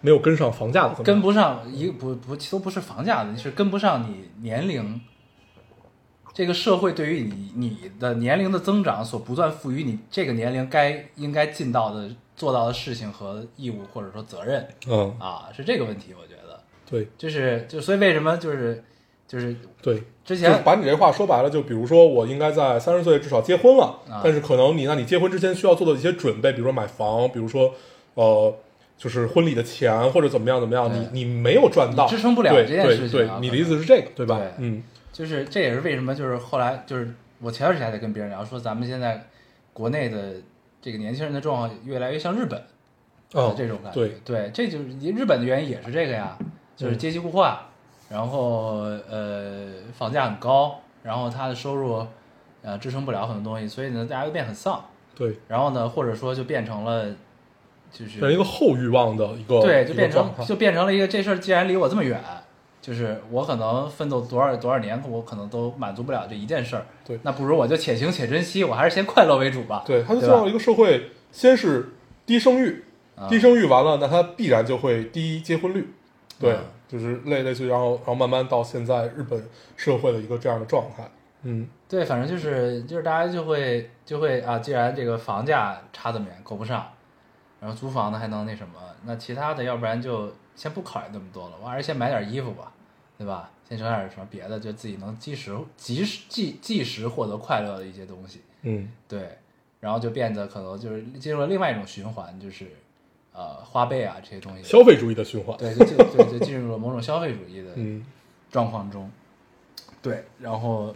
C: 没有跟上房价的增长
B: 跟不上，一不不都不是房价的，是跟不上你年龄。这个社会对于你你的年龄的增长所不断赋予你这个年龄该应该尽到的做到的事情和义务或者说责任
C: 嗯，
B: 啊，是这个问题。我觉得
C: 对
B: 就是就所以为什么就是就是
C: 对，
B: 之
C: 就是
B: 前
C: 把你这话说白了，就比如说我应该在三十岁至少结婚了，
B: 啊
C: 但是可能你那你结婚之前需要做的一些准备，比如说买房，比如说呃，就是婚礼的钱或者怎么样怎么样，
B: 对
C: 你你没有赚到，
B: 你支撑不了
C: 对
B: 这件事情啊
C: 对
B: 可
C: 对，
B: 能
C: 你的意思是这个对吧
B: 对？
C: 嗯
B: 就是这也是为什么就是后来就是我前段时间还在跟别人聊说咱们现在国内的这个年轻人的状况越来越像日本，
C: 啊，
B: 这种感觉。
C: 对，嗯
B: 这就是日本的原因也是这个呀，就是阶级固化，然后呃房价很高，然后他的收入呃支撑不了很多东西，所以呢大家就变很丧，
C: 对，
B: 然后呢或者说就变成了就是
C: 这是一个后欲望的一个
B: 对就
C: 一个
B: 变成
C: 状态
B: 就变成了一个这事儿既然离我这么远。就是我可能奋斗多少多少年，我可能都满足不了这一件事儿。
C: 对
B: 那不如我就且行且珍惜，我还是先快乐为主吧。
C: 对，它
B: 对
C: 就进
B: 吧
C: 到了一个社会，先是低生育，
B: 啊
C: 低生育完了，那它必然就会低结婚率，对，
B: 嗯
C: 就是类类似于，然后然后慢慢到现在日本社会的一个这样的状态，嗯，
B: 对，反正就是就是大家就会就会啊，既然这个房价差这么远，够不上，然后租房呢还能那什么，那其他的要不然就先不考虑那么多了，我还是先买点衣服吧，对吧？先整点什么别的，就自己能及时及时即即时获得快乐的一些东西，
C: 嗯，
B: 对，然后就变得可能就是进入了另外一种循环，就是呃花呗啊这些东西，
C: 消费主义的循环，
B: 对，就进对就进入了某种消费主义的
C: 嗯
B: 状况中。对，然后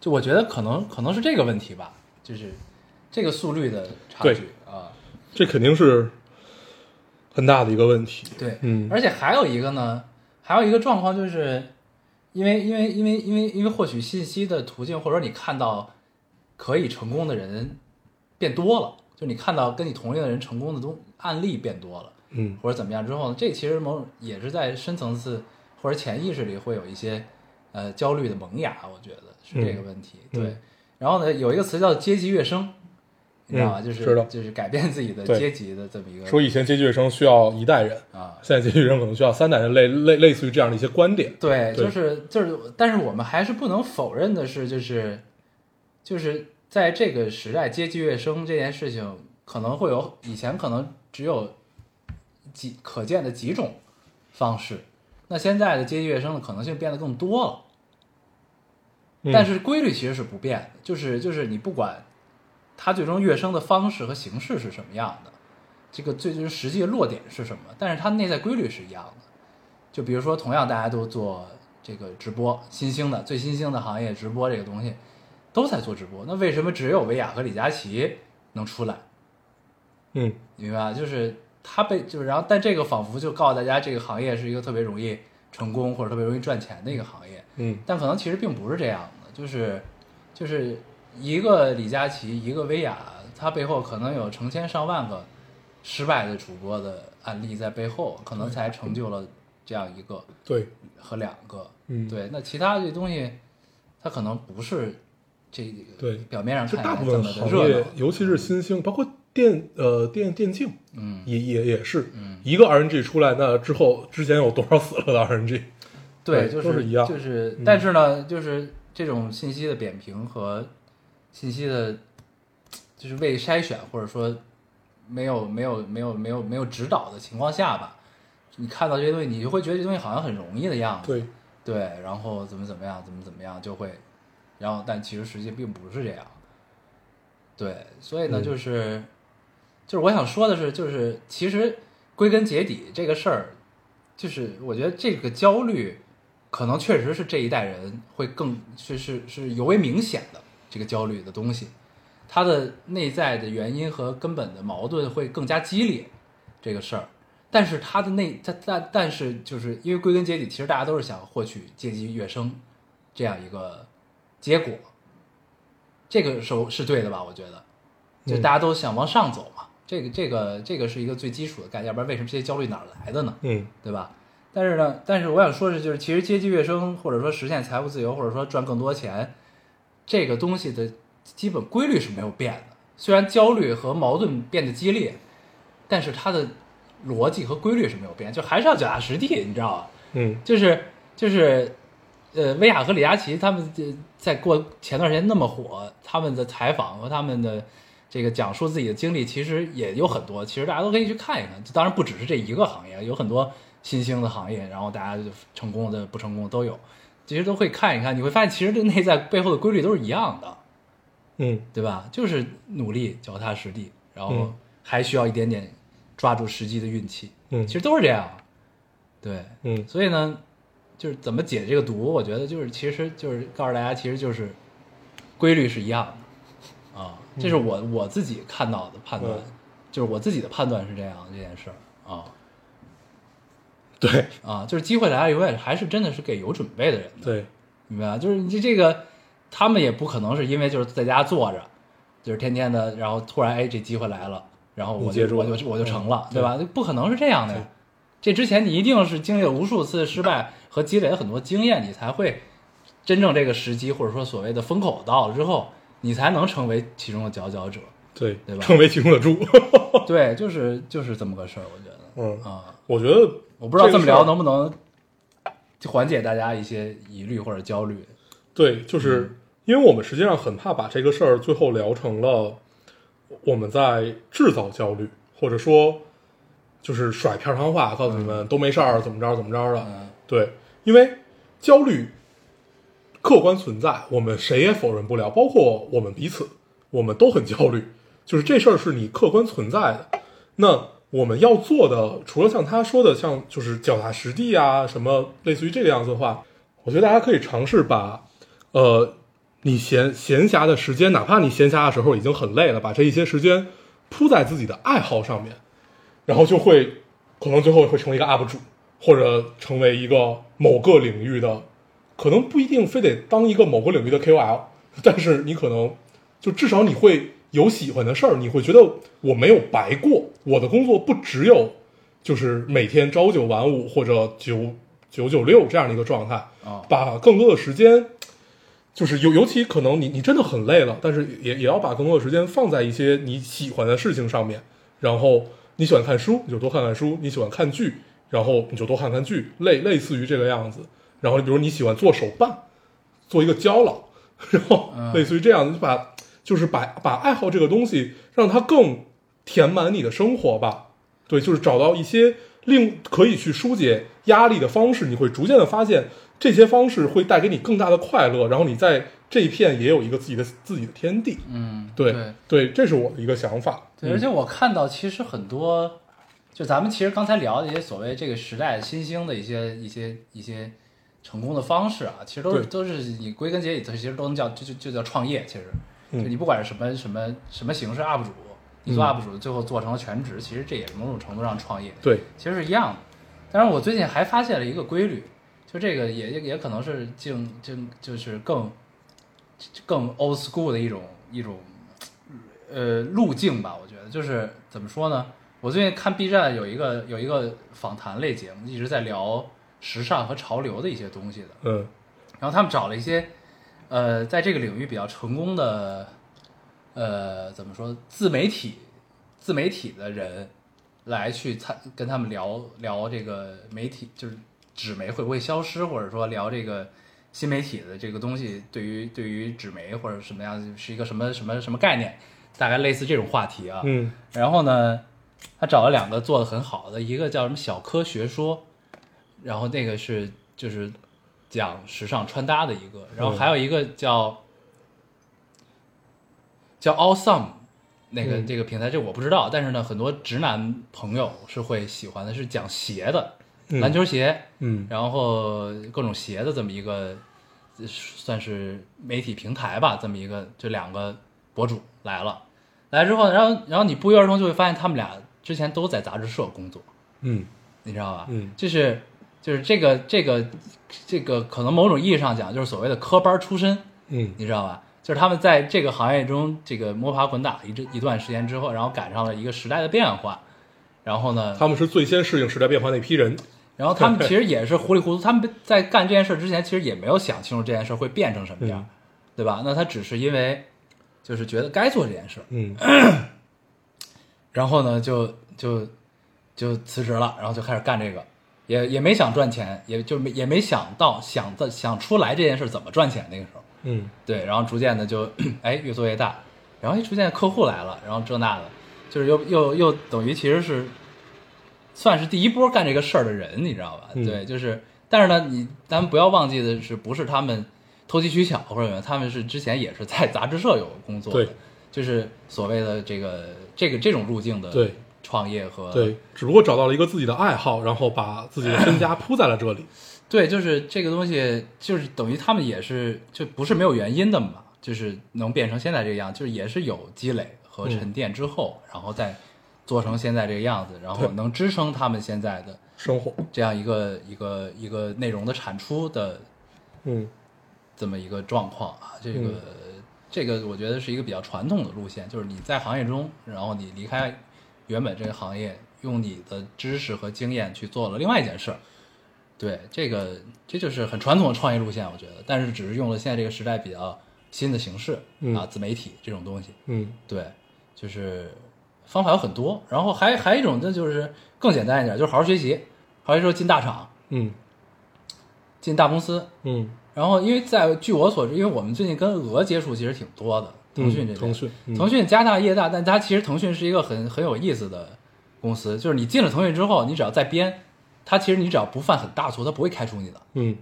B: 就我觉得可能可能是这个问题吧，就是这个速率的差
C: 对
B: 距啊，
C: 这肯定是很大的一个问题，
B: 对，
C: 嗯
B: 而且还有一个呢，还有一个状况就是，因为因为因为因为因为获取信息的途径，或者你看到可以成功的人变多了，就你看到跟你同龄的人成功的东案例变多了，
C: 嗯，
B: 或者怎么样之后呢，这其实某种也是在深层次或者潜意识里会有一些呃焦虑的萌芽，我觉得是这个问题。
C: 嗯
B: 对，然后呢，有一个词叫阶级跃升，你知道吧？
C: 嗯
B: 就是
C: 知道
B: 就是改变自己的
C: 对
B: 阶级的这么一个
C: 说以前阶级卫生需要一代人，
B: 啊，
C: 现在阶级卫生可能需要三代人，类类类似于这样的一些观点，
B: 对，
C: 对
B: 就是就是，但是我们还是不能否认的是，就是就是在这个时代，阶级跃升这件事情可能会有以前可能只有几可见的几种方式，那现在的阶级跃升的可能性变得更多了，
C: 嗯
B: 但是规律其实是不变的，就是就是你不管它最终跃升的方式和形式是什么样的，这个最终实际的落点是什么，但是它内在规律是一样的。就比如说，同样大家都做这个直播，新兴的最新兴的行业直播这个东西，都在做直播。那为什么只有维亚和李佳琦能出来？
C: 嗯
B: 明白吧？就是他被就是，然后但这个仿佛就告诉大家，这个行业是一个特别容易成功或者特别容易赚钱的一个行业。
C: 嗯
B: 但可能其实并不是这样的，就是就是一个李佳琦，一个薇娅，他背后可能有成千上万个失败的主播的案例在背后，可能才成就了这样一个。
C: 对，
B: 和两个，
C: 嗯
B: 对，那其他这东西，它可能不是这个
C: 对
B: 表面上
C: 就
B: 看起
C: 大
B: 来
C: 部
B: 这
C: 分
B: 么的
C: 行
B: 热
C: 业
B: 闹，，
C: 尤其是新兴，包括电呃电电竞，
B: 嗯，
C: 也也也是，一个 RNG 出来，那之后之前有多少死了的 RNG？
B: 对，
C: 对
B: 就
C: 都
B: 是
C: 是一样嗯
B: 就是，但是呢，就是这种信息的扁平和信息的，就是未筛选或者说没有没有没有没有没有指导的情况下吧，你看到这些东西，你就会觉得这东西好像很容易的样子。
C: 对，
B: 对，然后怎么怎么样，怎么怎么样，就会，然后但其实实际并不是这样。对，所以呢，
C: 嗯
B: 就是，就是我想说的是，就是其实归根结底这个事儿，就是我觉得这个焦虑，可能确实是这一代人会更是是是尤为明显的这个焦虑的东西，它的内在的原因和根本的矛盾会更加激烈，这个事儿。但是他的那他但但是就是因为归根结底，其实大家都是想获取阶级跃升这样一个结果，这个时候是对的吧？我觉得，就
C: 嗯
B: 大家都想往上走嘛，这个这个这个是一个最基础的概念，要不然为什么这些焦虑哪儿来的呢？
C: 嗯
B: 对吧？但是呢，但是我想说的是，就是其实阶级跃升，或者说实现财务自由，或者说赚更多钱，这个东西的基本规律是没有变的。虽然焦虑和矛盾变得激烈，但是它的逻辑和规律是没有变，就还是要脚踏实地，你知道吧？
C: 嗯
B: 就是就是，呃，薇娅和李佳琦他们这在过前段时间那么火，他们的采访和他们的这个讲述自己的经历，其实也有很多，其实大家都可以去看一看。当然不只是这一个行业，有很多新兴的行业，然后大家就成功的、不成功的都有，其实都会看一看。你会发现，其实这内在背后的规律都是一样的。
C: 嗯
B: 对吧？就是努力、脚踏实地，然后
C: 嗯
B: 还需要一点点抓住时机的运气。
C: 嗯
B: 其实都是这样。对，
C: 嗯
B: 所以呢，就是怎么解这个毒，我觉得就是其实就是告诉大家，其实就是规律是一样的啊。这是我我自己看到的判断，
C: 嗯
B: 就是我自己的判断是这样这件事儿啊
C: 对
B: 啊，就是机会来了，永远还是真的是给有准备的人的。
C: 对，
B: 明白吧？就是你这这个，他们也不可能是因为就是在家坐着，就是天天的，然后突然哎这机会来了，然后我
C: 你接
B: 就
C: 住
B: 我
C: 了
B: 就我就成了，
C: 嗯
B: 对吧？不可能是这样的呀。这之前你一定是经历了无数次失败和积累了很多经验，你才会真正这个时机或者说所谓的风口到了之后，你才能成为其中的佼佼者。
C: 对，
B: 对吧啊
C: 成为其中的猪。
B: 对，就是就是这么个事儿，我觉得
C: 嗯，
B: 啊、
C: 我觉得
B: 我不知道这么聊
C: 能。
B: 能不能缓解大家一些疑虑或者焦虑。
C: 对，就是因为我们实际上很怕把这个事儿最后聊成了我们在制造焦虑，或者说就是甩片儿汤话，告诉你们都没事儿，怎么着怎么着的。
B: 嗯
C: 对，因为焦虑客观存在，我们谁也否认不了，包括我们彼此，我们都很焦虑。就是这事儿是你客观存在的，那我们要做的，除了像他说的，像就是脚踏实地啊，什么类似于这个样子的话，我觉得大家可以尝试把，呃，你闲闲暇的时间，哪怕你闲暇的时候已经很累了，把这一些时间扑在自己的爱好上面，然后就会可能最后会成为一个 UP 主，或者成为一个某个领域的，可能不一定非得当一个某个领域的 KOL，但是你可能就至少你会有喜欢的事儿，你会觉得我没有白过，我的工作不只有就是每天朝九晚五或者九九九六这样的一个状态，
B: 啊
C: 把更多的时间。就是尤尤其可能你你真的很累了，但是也也要把更多的时间放在一些你喜欢的事情上面。然后你喜欢看书，你就多看看书；你喜欢看剧，然后你就多看看剧，类类似于这个样子。然后比如你喜欢做手办，做一个胶囊， 然后
B: 嗯
C: 类似于这样，你把就是把把爱好这个东西让它更填满你的生活吧。对，就是找到一些令可以去疏解压力的方式，你会逐渐的发现这些方式会带给你更大的快乐，然后你在这一片也有一个自己的自己的天地。
B: 嗯，
C: 对
B: 对
C: 对，这是我的一个想法。
B: 对，而且我看到其实很多，就咱们其实刚才聊的一些所谓这个时代新兴的一些一些一些成功的方式啊，其实都是
C: 对
B: 都是你归根结底，它其实都能叫就就就叫创业。其实，
C: 嗯
B: 就你不管是什么什么什么形式 UP 主，你做
C: 嗯
B: UP 主最后做成了全职，其实这也是某种程度上创业。
C: 对，
B: 其实是一样的。但是我最近还发现了一个规律，就这个也也也可能是竟竟就是更更 old school 的一种一种呃路径吧。我觉得就是怎么说呢？我最近看 B 站有一个有一个访谈类节目，一直在聊时尚和潮流的一些东西的。
C: 嗯
B: 然后他们找了一些，呃，在这个领域比较成功的，呃，怎么说，自媒体，自媒体的人来去参跟他们聊聊这个媒体，就是纸媒会不会消失，或者说聊这个新媒体的这个东西对于对于纸媒或者什么样是一个什么什么什么概念，大概类似这种话题啊。
C: 嗯
B: 然后呢，他找了两个做的很好的，一个叫什么小科学说，然后那个是就是讲时尚穿搭的一个，然后还有一个叫、叫 Awesome。那个
C: 嗯
B: 这个平台，这我不知道，但是呢，很多直男朋友是会喜欢的，是讲鞋的，
C: 嗯
B: 篮球鞋，
C: 嗯
B: 然后各种鞋的这么一个，呃算是媒体平台吧，这么一个，这两个博主来了，来之后，然后然后你不约而同就会发现他们俩之前都在杂志社工作，
C: 嗯
B: 你知道吧？
C: 嗯
B: 就是就是这个这个这个可能某种意义上讲就是所谓的科班出身，
C: 嗯
B: 你知道吧？就是他们在这个行业中这个摸爬滚打一阵一段时间之后，然后赶上了一个时代的变化，然后呢，
C: 他们是最先适应时代变化那批人。
B: 然后他们其实也是糊里糊涂，他们在干这件事之前，其实也没有想清楚这件事会变成什么样，
C: 嗯
B: 对吧？那他只是因为就是觉得该做这件事，
C: 嗯
B: 然后呢就就就辞职了，然后就开始干这个，也也没想赚钱，也就没也没想到想的想出来这件事怎么赚钱那个时候，
C: 嗯
B: 对，然后逐渐的就 哎越做越大，然后哎逐渐客户来了，然后这那的，就是又又又等于其实是算是第一波干这个事儿的人，你知道吧？
C: 嗯
B: 对，就是但是呢，你咱们不要忘记的是，不是他们投机取巧或者什么，他们是之前也是在杂志社有工作的，
C: 对
B: 就是所谓的这个这个这种路径的
C: 对
B: 创业和
C: 对，只不过找到了一个自己的爱好，然后把自己的身家铺在了这里。
B: 对，就是这个东西，就是等于他们也是就不是没有原因的嘛，就是能变成现在这个样，就是也是有积累和沉淀之后，然后再做成现在这个样子，然后
C: 对
B: 能支撑他们现在的
C: 生活，
B: 这样一个一个一个内容的产出的
C: 嗯
B: 这么一个状况啊，这个、这个我觉得是一个比较传统的路线，就是你在行业中，然后你离开原本这个行业，用你的知识和经验去做了另外一件事儿。对，这个这就是很传统的创业路线，我觉得，但是只是用了现在这个时代比较新的形式、
C: 嗯
B: 啊，自媒体这种东西，
C: 嗯
B: 对，就是方法有很多，然后还还有一种，那就是更简单一点，就是好好学习，好好说进大厂、
C: 嗯
B: 进大公司，
C: 嗯
B: 然后，因为在据我所知，因为我们最近跟俄接触其实挺多的，腾讯这边、
C: 腾讯嗯
B: 腾讯加拿大业大，但它其实腾讯是一个很很有意思的公司，就是你进了腾讯之后，你只要在编，它其实你只要不犯很大错，它不会开除你的。
C: 嗯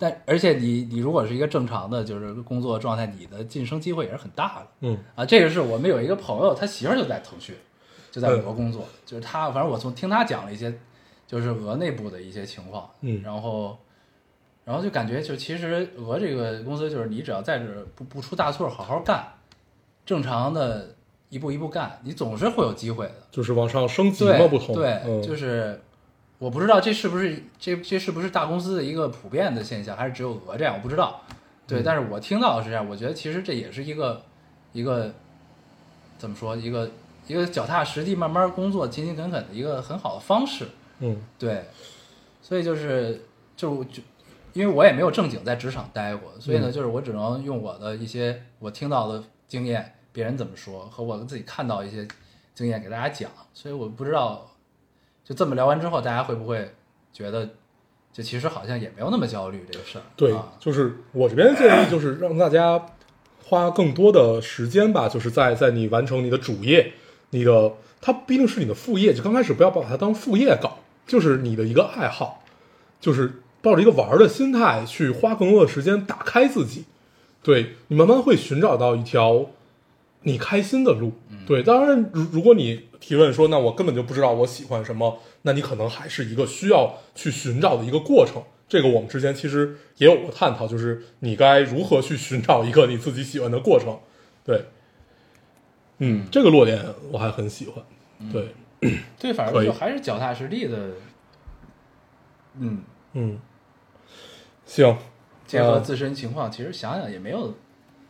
B: 但而且你你如果是一个正常的就是工作状态，你的晋升机会也是很大的。
C: 嗯
B: 啊，这个是我们有一个朋友，他媳妇儿就在腾讯，就在美国工作，就是他，反正我从听他讲了一些，就是俄内部的一些情况，
C: 嗯
B: 然后，然后就感觉就其实俄这个公司就是你只要在这儿不不出大错儿，好好干，正常的一步一步干，你总是会有机会的。
C: 就是往上升级嘛，
B: 对
C: 不同，
B: 对，
C: 嗯、
B: 就是我不知道这是不是这这是不是大公司的一个普遍的现象，还是只有俄这样，我不知道。
C: 嗯
B: 对，但是我听到的是这样，我觉得其实这也是一个一个怎么说一个一个脚踏实地、慢慢工作、勤勤恳恳的一个很好的方式。
C: 嗯
B: 对，所以就是就就，因为我也没有正经在职场待过，所以呢，
C: 嗯
B: 就是我只能用我的一些我听到的经验，别人怎么说和我自己看到一些经验给大家讲，所以我不知道，就这么聊完之后，大家会不会觉得，就其实好像也没有那么焦虑这个事儿，
C: 对
B: 啊，
C: 就是我这边建议就是让大家花更多的时间吧，就是在在你完成你的主业，你的它毕竟是你的副业，就刚开始不要把它当副业搞，就是你的一个爱好，就是抱着一个玩儿的心态去花更多的时间打开自己，对你慢慢会寻找到一条你开心的路。
B: 嗯
C: 对，当然，如如果你提问说，那我根本就不知道我喜欢什么，那你可能还是一个需要去寻找的一个过程。这个我们之前其实也有过探讨，就是你该如何去寻找一个你自己喜欢的过程。对，嗯，这个落点我还很喜欢。
B: 嗯
C: 对，
B: 对，反
C: 可
B: 正
C: 以
B: 就还是脚踏实地的，嗯，
C: 嗯，行，
B: 结合
C: 呃
B: 自身情况，其实想想也没有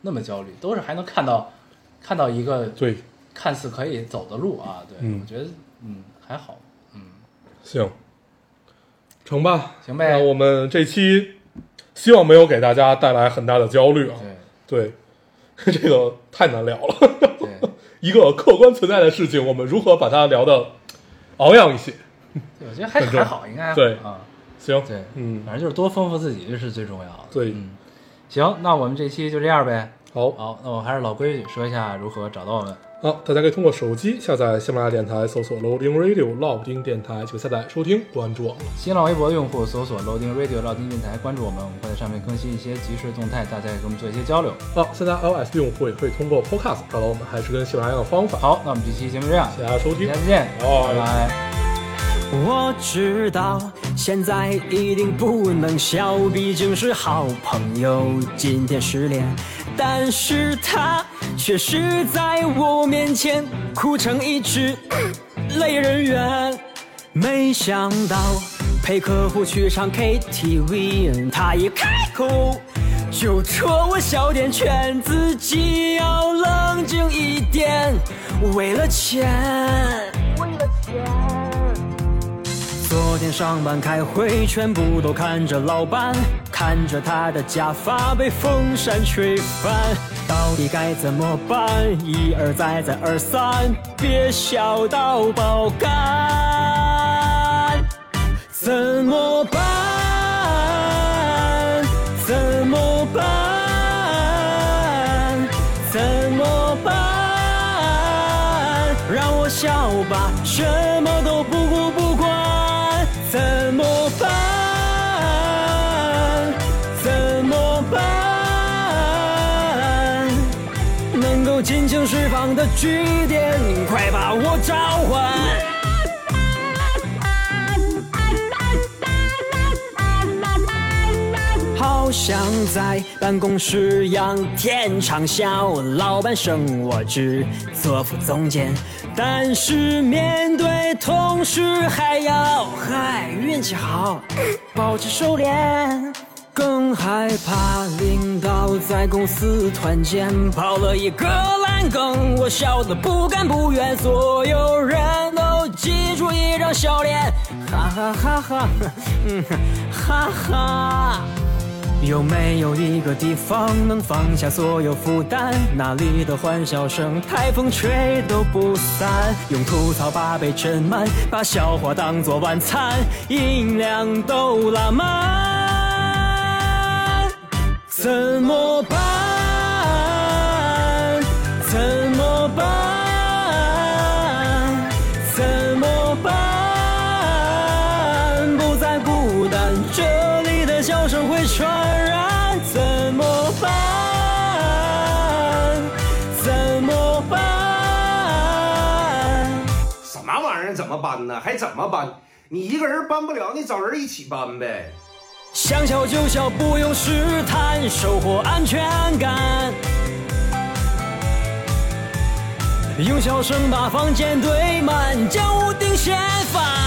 B: 那么焦虑，都是还能看到看到一个
C: 对，
B: 看似可以走的路啊。对，
C: 嗯
B: 我觉得嗯还好，
C: 行，成吧，
B: 行呗
C: 那我们这期希望没有给大家带来很大的焦虑啊。
B: 对
C: 对， 这个太难聊了。
B: 对
C: 一个客观存在的事情，我们如何把它聊的昂扬一些？
B: 对，我觉得还
C: 很重要
B: 还好，应该还好
C: 对
B: 啊，
C: 行，
B: 对，
C: 嗯
B: 反正就是多丰富自己，这是最重要的。
C: 对
B: 嗯，行，那我们这期就这样呗。
C: 好
B: 好，那我还是老规矩，说一下如何找到我们。
C: 好，大家可以通过手机下载喜马拉雅电台，搜索 Loading Radio 老丁电台就可以下载收听，关注我们。
B: 新浪微博用户搜索 Loading Radio 老丁电台，关注我们，我们会在上面更新一些即时动态，大家也跟我们做一些交流。
C: 好，啊现在 iOS 用户也可以通过 Podcast 找到我们，还是跟喜马拉雅的方法。
B: 好，那我们这期节目就这样，
C: 谢谢大家收
B: 大
C: 听
B: 家。再见，
C: 哦
B: 拜拜。
D: 我知道现在一定不能笑，毕竟是好朋友，今天失联，但是他却是在我面前哭成一只泪人猿。没想到陪客户去唱 KTV，他嗯一开口就戳我笑点，劝自己要冷静一点，为了钱。昨天上班开会，全部都看着老板，看着他的假发被风扇吹翻，到底该怎么办？一而再，再而三，别笑到爆肝。怎么办？怎么办？怎么办？让我笑吧，什么都不顾不管。怎么办？怎么办？能够尽情释放的句点，快把我召唤。好想在办公室仰天长啸，老板升我只做副总监，但是面对同事还要嗨运气好，保持收敛。更害怕领导在公司团建跑了一个烂梗，我笑得不甘不愿，所有人都挤出一张笑脸，哈哈哈哈，嗯，哈哈。有没有一个地方能放下所有负担？那里的欢笑声，台风吹都不散。用吐槽把杯斟满，把笑话当作晚餐，音量都拉满。怎么办？怎么办？怎么办？不再孤单，这里的笑声会传染。怎么办？怎么办？
E: 什么玩意儿？怎么搬呢？还怎么搬？你一个人搬不了，你找人一起搬呗。
D: 想笑就笑，不用试探，收获安全感。用笑声把房间堆满，将屋顶掀翻。